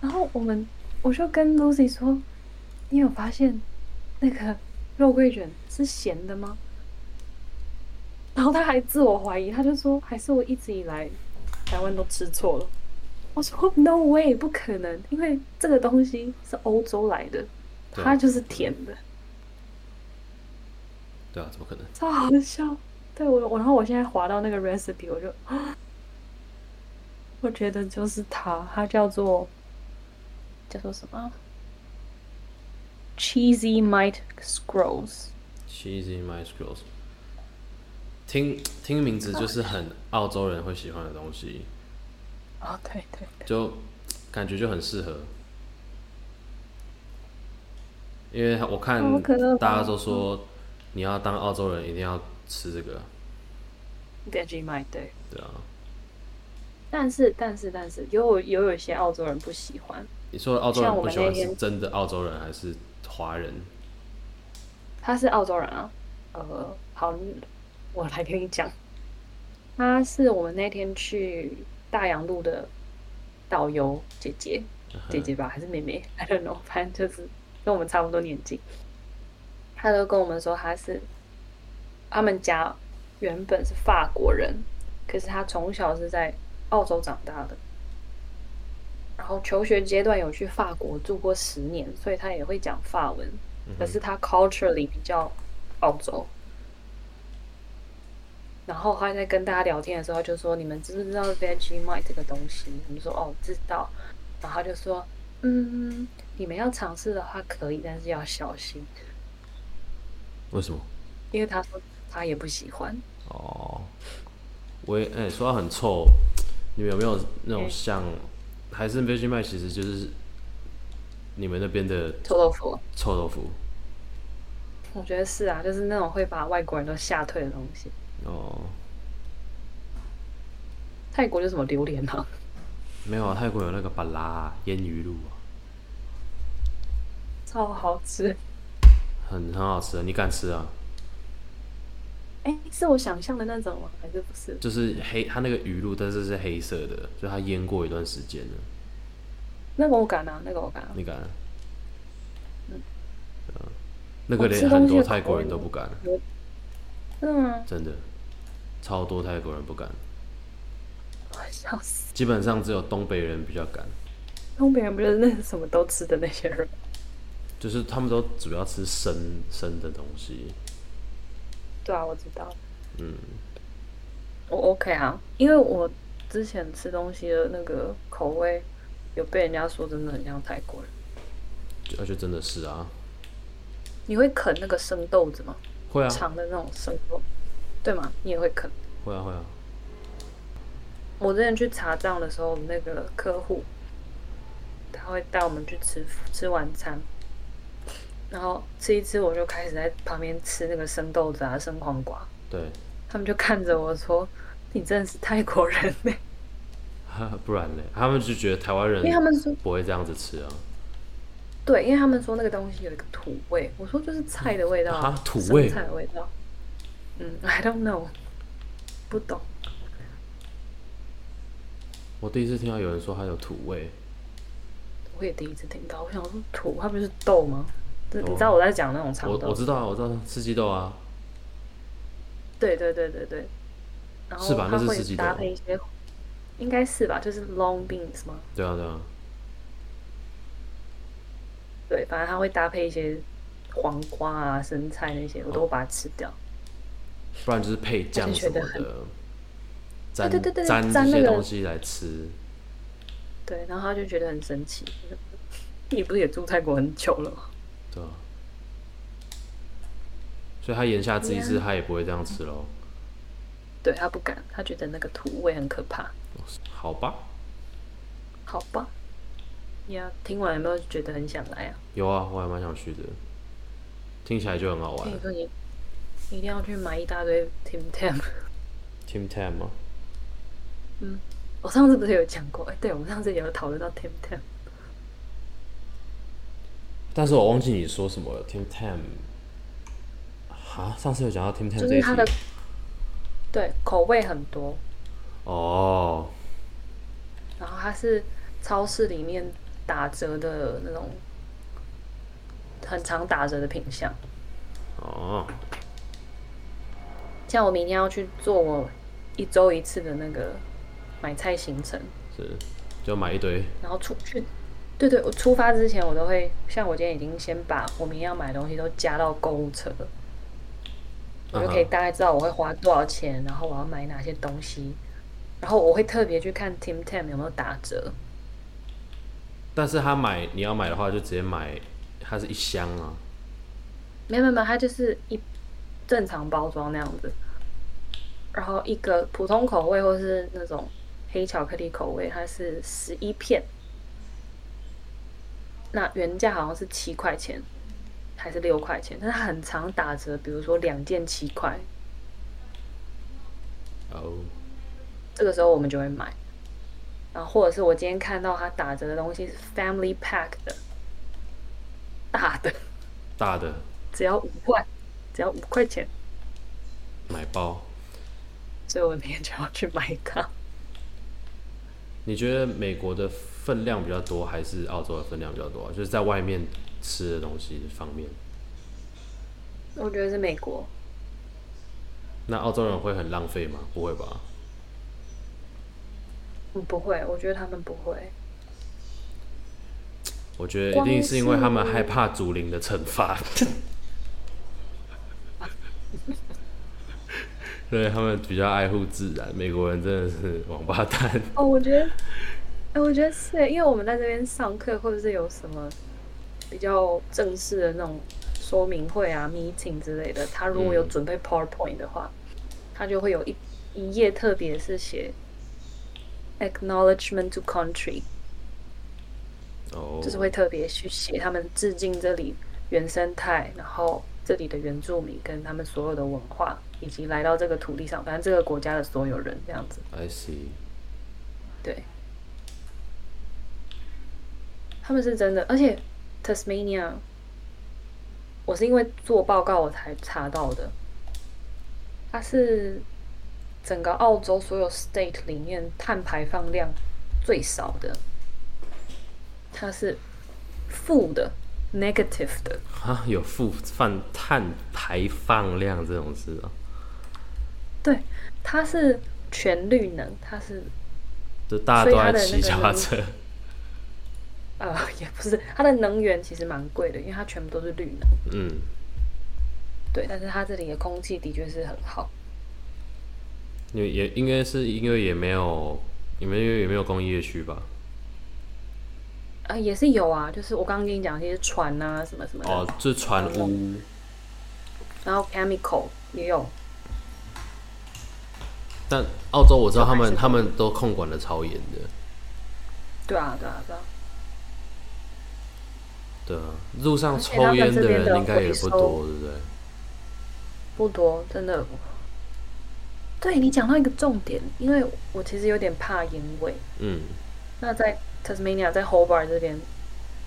[SPEAKER 1] 然后我们，我就跟 Lucy 说：“你有发现那个肉桂卷是咸的吗？”然后他还自我怀疑，他就说：“还是我一直以来台湾都吃错了。”我说：“No way，不可能，因为这个东西是欧洲来的，
[SPEAKER 2] 对啊
[SPEAKER 1] 它就是甜的。”
[SPEAKER 2] 对啊，怎么可能？
[SPEAKER 1] 超好笑。对我，我然后我现在滑到那个 recipe，我就， 我觉得就是它，它叫做叫做什么？Cheesy Mite Scrolls。
[SPEAKER 2] Cheesy My Scrolls，听听名字就是很澳洲人会喜欢的东西，
[SPEAKER 1] 啊，对对对，
[SPEAKER 2] 就感觉就很适合。因为我看
[SPEAKER 1] 好可怕
[SPEAKER 2] 大家都说你要当澳洲人一定要吃这个，
[SPEAKER 1] Veggie Mite 对。
[SPEAKER 2] 对啊。
[SPEAKER 1] 但是但是但是，也有也有一些澳洲人不喜欢，
[SPEAKER 2] 你说的澳洲人
[SPEAKER 1] 像我
[SPEAKER 2] 不
[SPEAKER 1] 们
[SPEAKER 2] 喜欢
[SPEAKER 1] 那天
[SPEAKER 2] 是真的澳洲人还是华人？
[SPEAKER 1] 他是澳洲人啊，呃，好，我来跟你讲，她是我们那天去大洋路的导游姐姐，姐姐吧还是妹妹，I don't know，反正就是跟我们差不多年纪。她都跟我们说她是他们家原本是法国人，可是她从小是在澳洲长大的。然后求学阶段有去法国住过十年，所以她也会讲法文。可是他 culture 里比较澳洲。然后他在跟大家聊天的时候就说：“你们知不知道 Vegemite 这个东西？”我们说：“哦，知道。”然后他就说：“嗯，你们要尝试的话可以，但是要小心，
[SPEAKER 2] 为什么？
[SPEAKER 1] 因为他说他也不喜欢。
[SPEAKER 2] 哦，我也哎、说到很臭，你们有没有那种
[SPEAKER 1] 嗯
[SPEAKER 2] 像还是 Veggie 麦？其实就是你们那边的”
[SPEAKER 1] 臭豆腐，
[SPEAKER 2] 臭豆腐
[SPEAKER 1] 我觉得是啊，就是那种会把外国人都吓退的东西。
[SPEAKER 2] 哦。
[SPEAKER 1] 泰国就什么榴莲啊，
[SPEAKER 2] 没有啊，泰国有那个巴拉啊腌鱼露啊，
[SPEAKER 1] 超好吃。
[SPEAKER 2] 很很好吃的，你敢吃啊？
[SPEAKER 1] 哎，是我想象的那种吗？还是不是？
[SPEAKER 2] 就是黑，它那个鱼露，但是是黑色的，就它腌过一段时间了。
[SPEAKER 1] 那个我敢啊，那个我敢啊。
[SPEAKER 2] 你敢？嗯，呃那个
[SPEAKER 1] 哦吃
[SPEAKER 2] 连
[SPEAKER 1] 东
[SPEAKER 2] 很
[SPEAKER 1] 西
[SPEAKER 2] 多
[SPEAKER 1] 的
[SPEAKER 2] 泰
[SPEAKER 1] 口
[SPEAKER 2] 国人
[SPEAKER 1] 味
[SPEAKER 2] 都
[SPEAKER 1] 吗
[SPEAKER 2] 不敢，
[SPEAKER 1] 真的吗？
[SPEAKER 2] 真的，超多泰国人不敢，
[SPEAKER 1] 笑死！
[SPEAKER 2] 基本上只有东北人比较敢，
[SPEAKER 1] 东北人不就是那什么都吃的那些人吗？
[SPEAKER 2] 就是他们都主要吃生生的东西。
[SPEAKER 1] 对啊，我知道。
[SPEAKER 2] 嗯，
[SPEAKER 1] 我 OK 啊，因为我之前吃东西的那个口味，有被人家说真的很像泰国人。
[SPEAKER 2] 就而且真的是啊，
[SPEAKER 1] 你会啃那个生豆子吗？
[SPEAKER 2] 会啊，
[SPEAKER 1] 长的那种生豆，对吗？你也会啃。
[SPEAKER 2] 会啊，会啊。
[SPEAKER 1] 我之前去查账的时候，我们那个客户他会带我们去吃吃晚餐，然后吃一吃，我就开始在旁边吃那个生豆子啊、生黄瓜，
[SPEAKER 2] 对，
[SPEAKER 1] 他们就看着我说：“你真的是泰国人呢、
[SPEAKER 2] 不然嘞，他们就觉得台湾人
[SPEAKER 1] 因为他们说
[SPEAKER 2] 不会这样子吃啊。
[SPEAKER 1] 对，因为他们说那个东西有一个土味，我说就是菜的味道
[SPEAKER 2] 啊土味
[SPEAKER 1] 生菜的味道。嗯，I don't know，不懂。
[SPEAKER 2] 我第一次听到有人说它有土味，
[SPEAKER 1] 我也第一次听到，我想说土，它不是豆吗？这
[SPEAKER 2] 哦
[SPEAKER 1] 你知道我在讲那种长
[SPEAKER 2] 我
[SPEAKER 1] 豆，
[SPEAKER 2] 我知道啊，我知道四季豆啊，
[SPEAKER 1] 对对对对对。然后
[SPEAKER 2] 是吧
[SPEAKER 1] 它
[SPEAKER 2] 那是
[SPEAKER 1] 会
[SPEAKER 2] 四季豆
[SPEAKER 1] 搭配一些，应该是吧？就是 long beans 吗？
[SPEAKER 2] 对啊对啊，
[SPEAKER 1] 对，反正它会搭配一些黄瓜啊、生菜那些，我都把它吃掉。
[SPEAKER 2] 不然就是配酱什么
[SPEAKER 1] 我就觉得
[SPEAKER 2] 的，沾
[SPEAKER 1] 对对对对
[SPEAKER 2] 沾
[SPEAKER 1] 沾
[SPEAKER 2] 这
[SPEAKER 1] 那
[SPEAKER 2] 些
[SPEAKER 1] 个
[SPEAKER 2] 东西来吃。
[SPEAKER 1] 对，然后他就觉得很神奇。你不是也住泰国很久了吗？
[SPEAKER 2] 对啊，所以他言下之意
[SPEAKER 1] 啊
[SPEAKER 2] 是他也不会这样吃喽。
[SPEAKER 1] 对他不敢，他觉得那个土味很可怕。
[SPEAKER 2] 好吧，
[SPEAKER 1] 好吧，你要听完有没有觉得很想来啊？
[SPEAKER 2] 有啊，我还蛮想去的，听起来就很好玩
[SPEAKER 1] 跟。你说你一定要去买一大堆 Tim Tam。
[SPEAKER 2] Tim Tam 吗？
[SPEAKER 1] 我上次不是有讲过？哎、对，我们上次也有讨论到 Tim Tam。
[SPEAKER 2] 但是我忘记你说什么了。Tim Tam，哈，上次有讲到 Tim Tam
[SPEAKER 1] 就
[SPEAKER 2] 这
[SPEAKER 1] 是
[SPEAKER 2] 一
[SPEAKER 1] 它的
[SPEAKER 2] 题
[SPEAKER 1] 对口味很多，
[SPEAKER 2] 哦，
[SPEAKER 1] 然后它是超市里面打折的那种，很常打折的品相。
[SPEAKER 2] 哦，
[SPEAKER 1] 像我明天要去做我一周一次的那个买菜行程，
[SPEAKER 2] 是，就买一堆，
[SPEAKER 1] 然后出去，对对，我出发之前我都会，像我今天已经先把我明天要买的东西都加到购物车了，我就可以
[SPEAKER 2] 嗯哼
[SPEAKER 1] 大概知道我会花多少钱，然后我要买哪些东西，然后我会特别去看 Tim Tam 有没有打折，
[SPEAKER 2] 但是他买你要买的话，就直接买，它是一箱啊。
[SPEAKER 1] 没有没有没有，它就是一正常包装那样子，然后一个普通口味或是那种黑巧克力口味，它是十一片，那原价好像是七块钱还是六块钱，但是它很常打折，比如说两件七块，
[SPEAKER 2] 哦，
[SPEAKER 1] 这个时候我们就会买。然后或者是我今天看到它打折的东西是 family pack 的，大的，
[SPEAKER 2] 大的，
[SPEAKER 1] 只要五块，只要五块钱，
[SPEAKER 2] 奶包。
[SPEAKER 1] 所以我明天就要去买一个。
[SPEAKER 2] 你觉得美国的分量比较多，还是澳洲的分量比较多啊？就是在外面吃的东西方面，
[SPEAKER 1] 我觉得是美国，
[SPEAKER 2] 那澳洲人会很浪费吗？不会吧？
[SPEAKER 1] 嗯，不会，我觉得他们不会。
[SPEAKER 2] 我觉得一定是因为他们害怕祖灵的 惩罚。对他们比较爱护自然，美国人真的是王八蛋。
[SPEAKER 1] 哦，我觉得，哎，我觉得是耶，因为我们在这边上课，或者是有什么比较正式的那种说明会啊、meeting 之类的，他如果有
[SPEAKER 2] 嗯
[SPEAKER 1] 准备 PowerPoint 的话，他就会有一一页特别是写 acknowledgement to country，
[SPEAKER 2] 哦，
[SPEAKER 1] 就是会特别去写他们致敬这里原生态，然后这里的原住民跟他们所有的文化，以及来到这个土地上，反正这个国家的所有人这样子。
[SPEAKER 2] I see。
[SPEAKER 1] 对，他们是真的，而且 Tasmania，我是因为做报告我才查到的，它是整个澳洲所有 state 里面碳排放量最少的，它是负的 negative 的，
[SPEAKER 2] 啊，有负放碳排放量这种事啊？
[SPEAKER 1] 对，它是全绿能，它是
[SPEAKER 2] 就大家
[SPEAKER 1] 所以
[SPEAKER 2] 都
[SPEAKER 1] 它
[SPEAKER 2] 爱
[SPEAKER 1] 的
[SPEAKER 2] 骑
[SPEAKER 1] 那个
[SPEAKER 2] 脚踏
[SPEAKER 1] 能
[SPEAKER 2] 车。
[SPEAKER 1] 呃 也不是，它的能源其实蛮贵的，因为它全部都是绿能。
[SPEAKER 2] 嗯，
[SPEAKER 1] 对，但是它这里的空气的确是很好。
[SPEAKER 2] 因为也应该是因为也没有，你们因为也没有工业区吧？
[SPEAKER 1] 啊，也是有啊，就是我刚刚跟你讲那些船啊什么什么的，
[SPEAKER 2] 哦，就船屋。
[SPEAKER 1] 然后 chemical 也有，
[SPEAKER 2] 但澳洲我知道他
[SPEAKER 1] 还
[SPEAKER 2] 们
[SPEAKER 1] 是
[SPEAKER 2] 他们都控管的超严的，
[SPEAKER 1] 对啊对啊对啊，
[SPEAKER 2] 对啊，路上
[SPEAKER 1] 而且他
[SPEAKER 2] 抽
[SPEAKER 1] 们
[SPEAKER 2] 烟
[SPEAKER 1] 这
[SPEAKER 2] 的
[SPEAKER 1] 边
[SPEAKER 2] 人
[SPEAKER 1] 的
[SPEAKER 2] 应该也
[SPEAKER 1] 回
[SPEAKER 2] 不
[SPEAKER 1] 收
[SPEAKER 2] 多，对不对？
[SPEAKER 1] 不多，真的。对你讲到一个重点，因为我其实有点怕烟味。
[SPEAKER 2] 嗯，
[SPEAKER 1] 那在 Tasmania 在 Hobart 这边，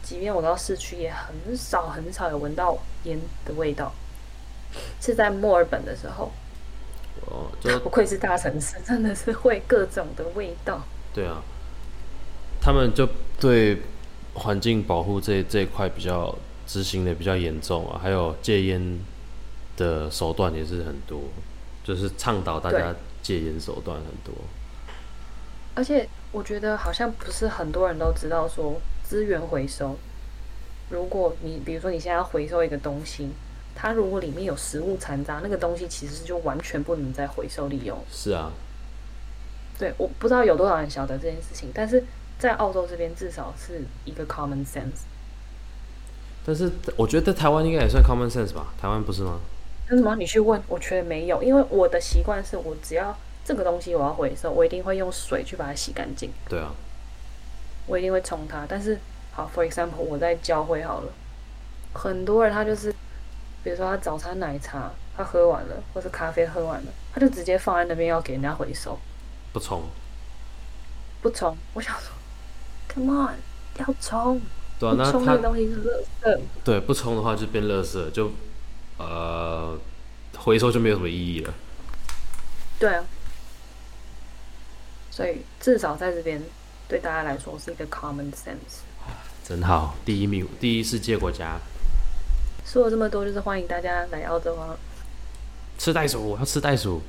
[SPEAKER 1] 即便我到市区，也很少很少有闻到烟的味道。是在墨尔本的时候，
[SPEAKER 2] 哦， 就
[SPEAKER 1] 不愧是大城市，真的是会各种的味道。
[SPEAKER 2] 对啊，他们就对环境保护这这一块比较执行的比较严重啊，还有戒烟的手段也是很多，就是倡导大家戒烟手段很多。
[SPEAKER 1] 而且我觉得好像不是很多人都知道说资源回收，如果你比如说你现在要回收一个东西，它如果里面有食物残渣，那个东西其实就完全不能再回收利用。
[SPEAKER 2] 是啊，
[SPEAKER 1] 对，我不知道有多少人晓得这件事情，但是在澳洲这边至少是一个 common sense。
[SPEAKER 2] 但是我觉得在台湾应该也算 common sense 吧？台湾不是吗？
[SPEAKER 1] 那什么？你去问？我觉得没有，因为我的习惯是我只要这个东西我要回收，我一定会用水去把它洗干净。
[SPEAKER 2] 对啊，
[SPEAKER 1] 我一定会冲他。但是，好，for example，我在教会好了，很多人他就是，比如说他早餐奶茶他喝完了，或是咖啡喝完了，他就直接放在那边要给人家回收，
[SPEAKER 2] 不冲。
[SPEAKER 1] 不冲。我想说，come on，要冲，
[SPEAKER 2] 对啊，
[SPEAKER 1] 不
[SPEAKER 2] 那
[SPEAKER 1] 冲
[SPEAKER 2] 他
[SPEAKER 1] 那个东西是垃圾。
[SPEAKER 2] 对，不冲的话就变垃圾，就呃回收就没有什么意义了。
[SPEAKER 1] 对啊，所以至少在这边对大家来说是一个 common sense。
[SPEAKER 2] 真好，第一名，第一世界国家
[SPEAKER 1] 说了这么多，就是欢迎大家来澳洲啊，
[SPEAKER 2] 吃袋鼠，我要吃袋鼠。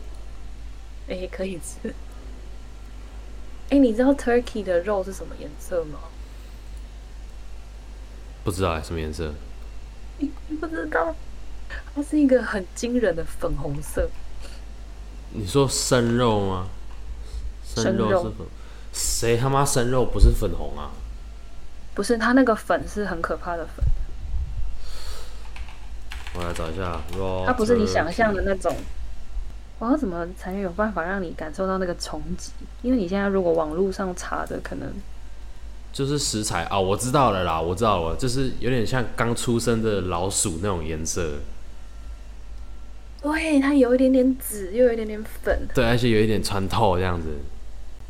[SPEAKER 1] 诶，可以吃。诶，你知道 turkey 的肉是什么颜色吗？
[SPEAKER 2] 不知道欸什么颜色？
[SPEAKER 1] 你不知道，它是一个很惊人的粉红色。
[SPEAKER 2] 你说生肉吗？生
[SPEAKER 1] 生
[SPEAKER 2] 肉
[SPEAKER 1] 肉
[SPEAKER 2] 是粉，谁他妈生肉不是粉红啊？
[SPEAKER 1] 不是，它那个粉是很可怕的粉，
[SPEAKER 2] 我来找一下。
[SPEAKER 1] 它哦不是你想
[SPEAKER 2] Rotter
[SPEAKER 1] 象的那种。我要怎么才有办法让你感受到那个冲击？因为你现在如果网络上查的，可能
[SPEAKER 2] 就是食材啊、我知道了啦，我知道了，就是有点像刚出生的老鼠那种颜色，
[SPEAKER 1] 对它有一点点紫，又有一点点粉，
[SPEAKER 2] 对，而且有一点穿透这样子。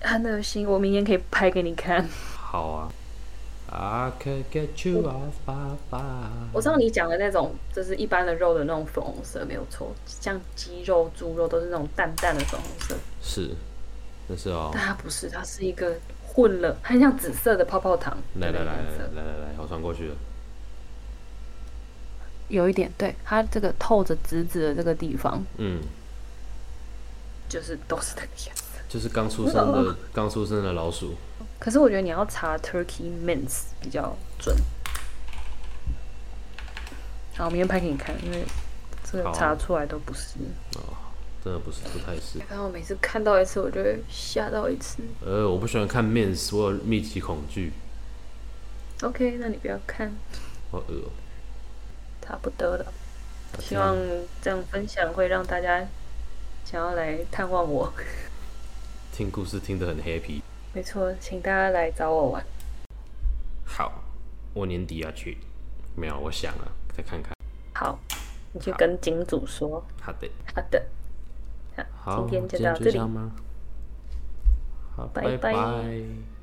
[SPEAKER 1] 很恶心。我明天可以拍给你看。
[SPEAKER 2] 好啊， I could get you off my back
[SPEAKER 1] 我知道你讲的那种，就是一般的肉的那种粉红色，没有错，像鸡肉、猪肉都是那种淡淡的粉红色，
[SPEAKER 2] 是，那是哦
[SPEAKER 1] 但。它不是，它是一个混了，它很像紫色的泡泡糖的
[SPEAKER 2] 来
[SPEAKER 1] 那个
[SPEAKER 2] 来来
[SPEAKER 1] 颜
[SPEAKER 2] 来
[SPEAKER 1] 色，
[SPEAKER 2] 来来来，我传过去了。
[SPEAKER 1] 有一点，对，它这个透着紫紫的这个地方，
[SPEAKER 2] 嗯，
[SPEAKER 1] 就是都是那个颜色。
[SPEAKER 2] 就是刚出生 的刚出生的老鼠。
[SPEAKER 1] 可是我觉得你要查 turkey mince 比较准。好，我明天拍给你看，因为这
[SPEAKER 2] 好
[SPEAKER 1] 个查出来都不是。
[SPEAKER 2] 哦，真的不是不太是。
[SPEAKER 1] 反正我每次看到一次，我就会吓到一次。
[SPEAKER 2] 呃，我不喜欢看面食，我有密集恐惧。
[SPEAKER 1] OK，那你不要看，
[SPEAKER 2] 好恶哦、
[SPEAKER 1] 差不多了。
[SPEAKER 2] 啊
[SPEAKER 1] 希望这样分享会让大家想要来探望我。
[SPEAKER 2] 听故事听得很 happy。
[SPEAKER 1] 没错，请大家来找我玩。
[SPEAKER 2] 好，我年底要去。没有，我想啊，再看看。
[SPEAKER 1] 好，你去跟金主说。
[SPEAKER 2] 好的，
[SPEAKER 1] 好的，
[SPEAKER 2] 好，
[SPEAKER 1] 今天就
[SPEAKER 2] 今天
[SPEAKER 1] 到
[SPEAKER 2] 就
[SPEAKER 1] 这
[SPEAKER 2] 这样
[SPEAKER 1] 里
[SPEAKER 2] 吗？好，
[SPEAKER 1] 拜
[SPEAKER 2] 拜
[SPEAKER 1] 拜
[SPEAKER 2] 拜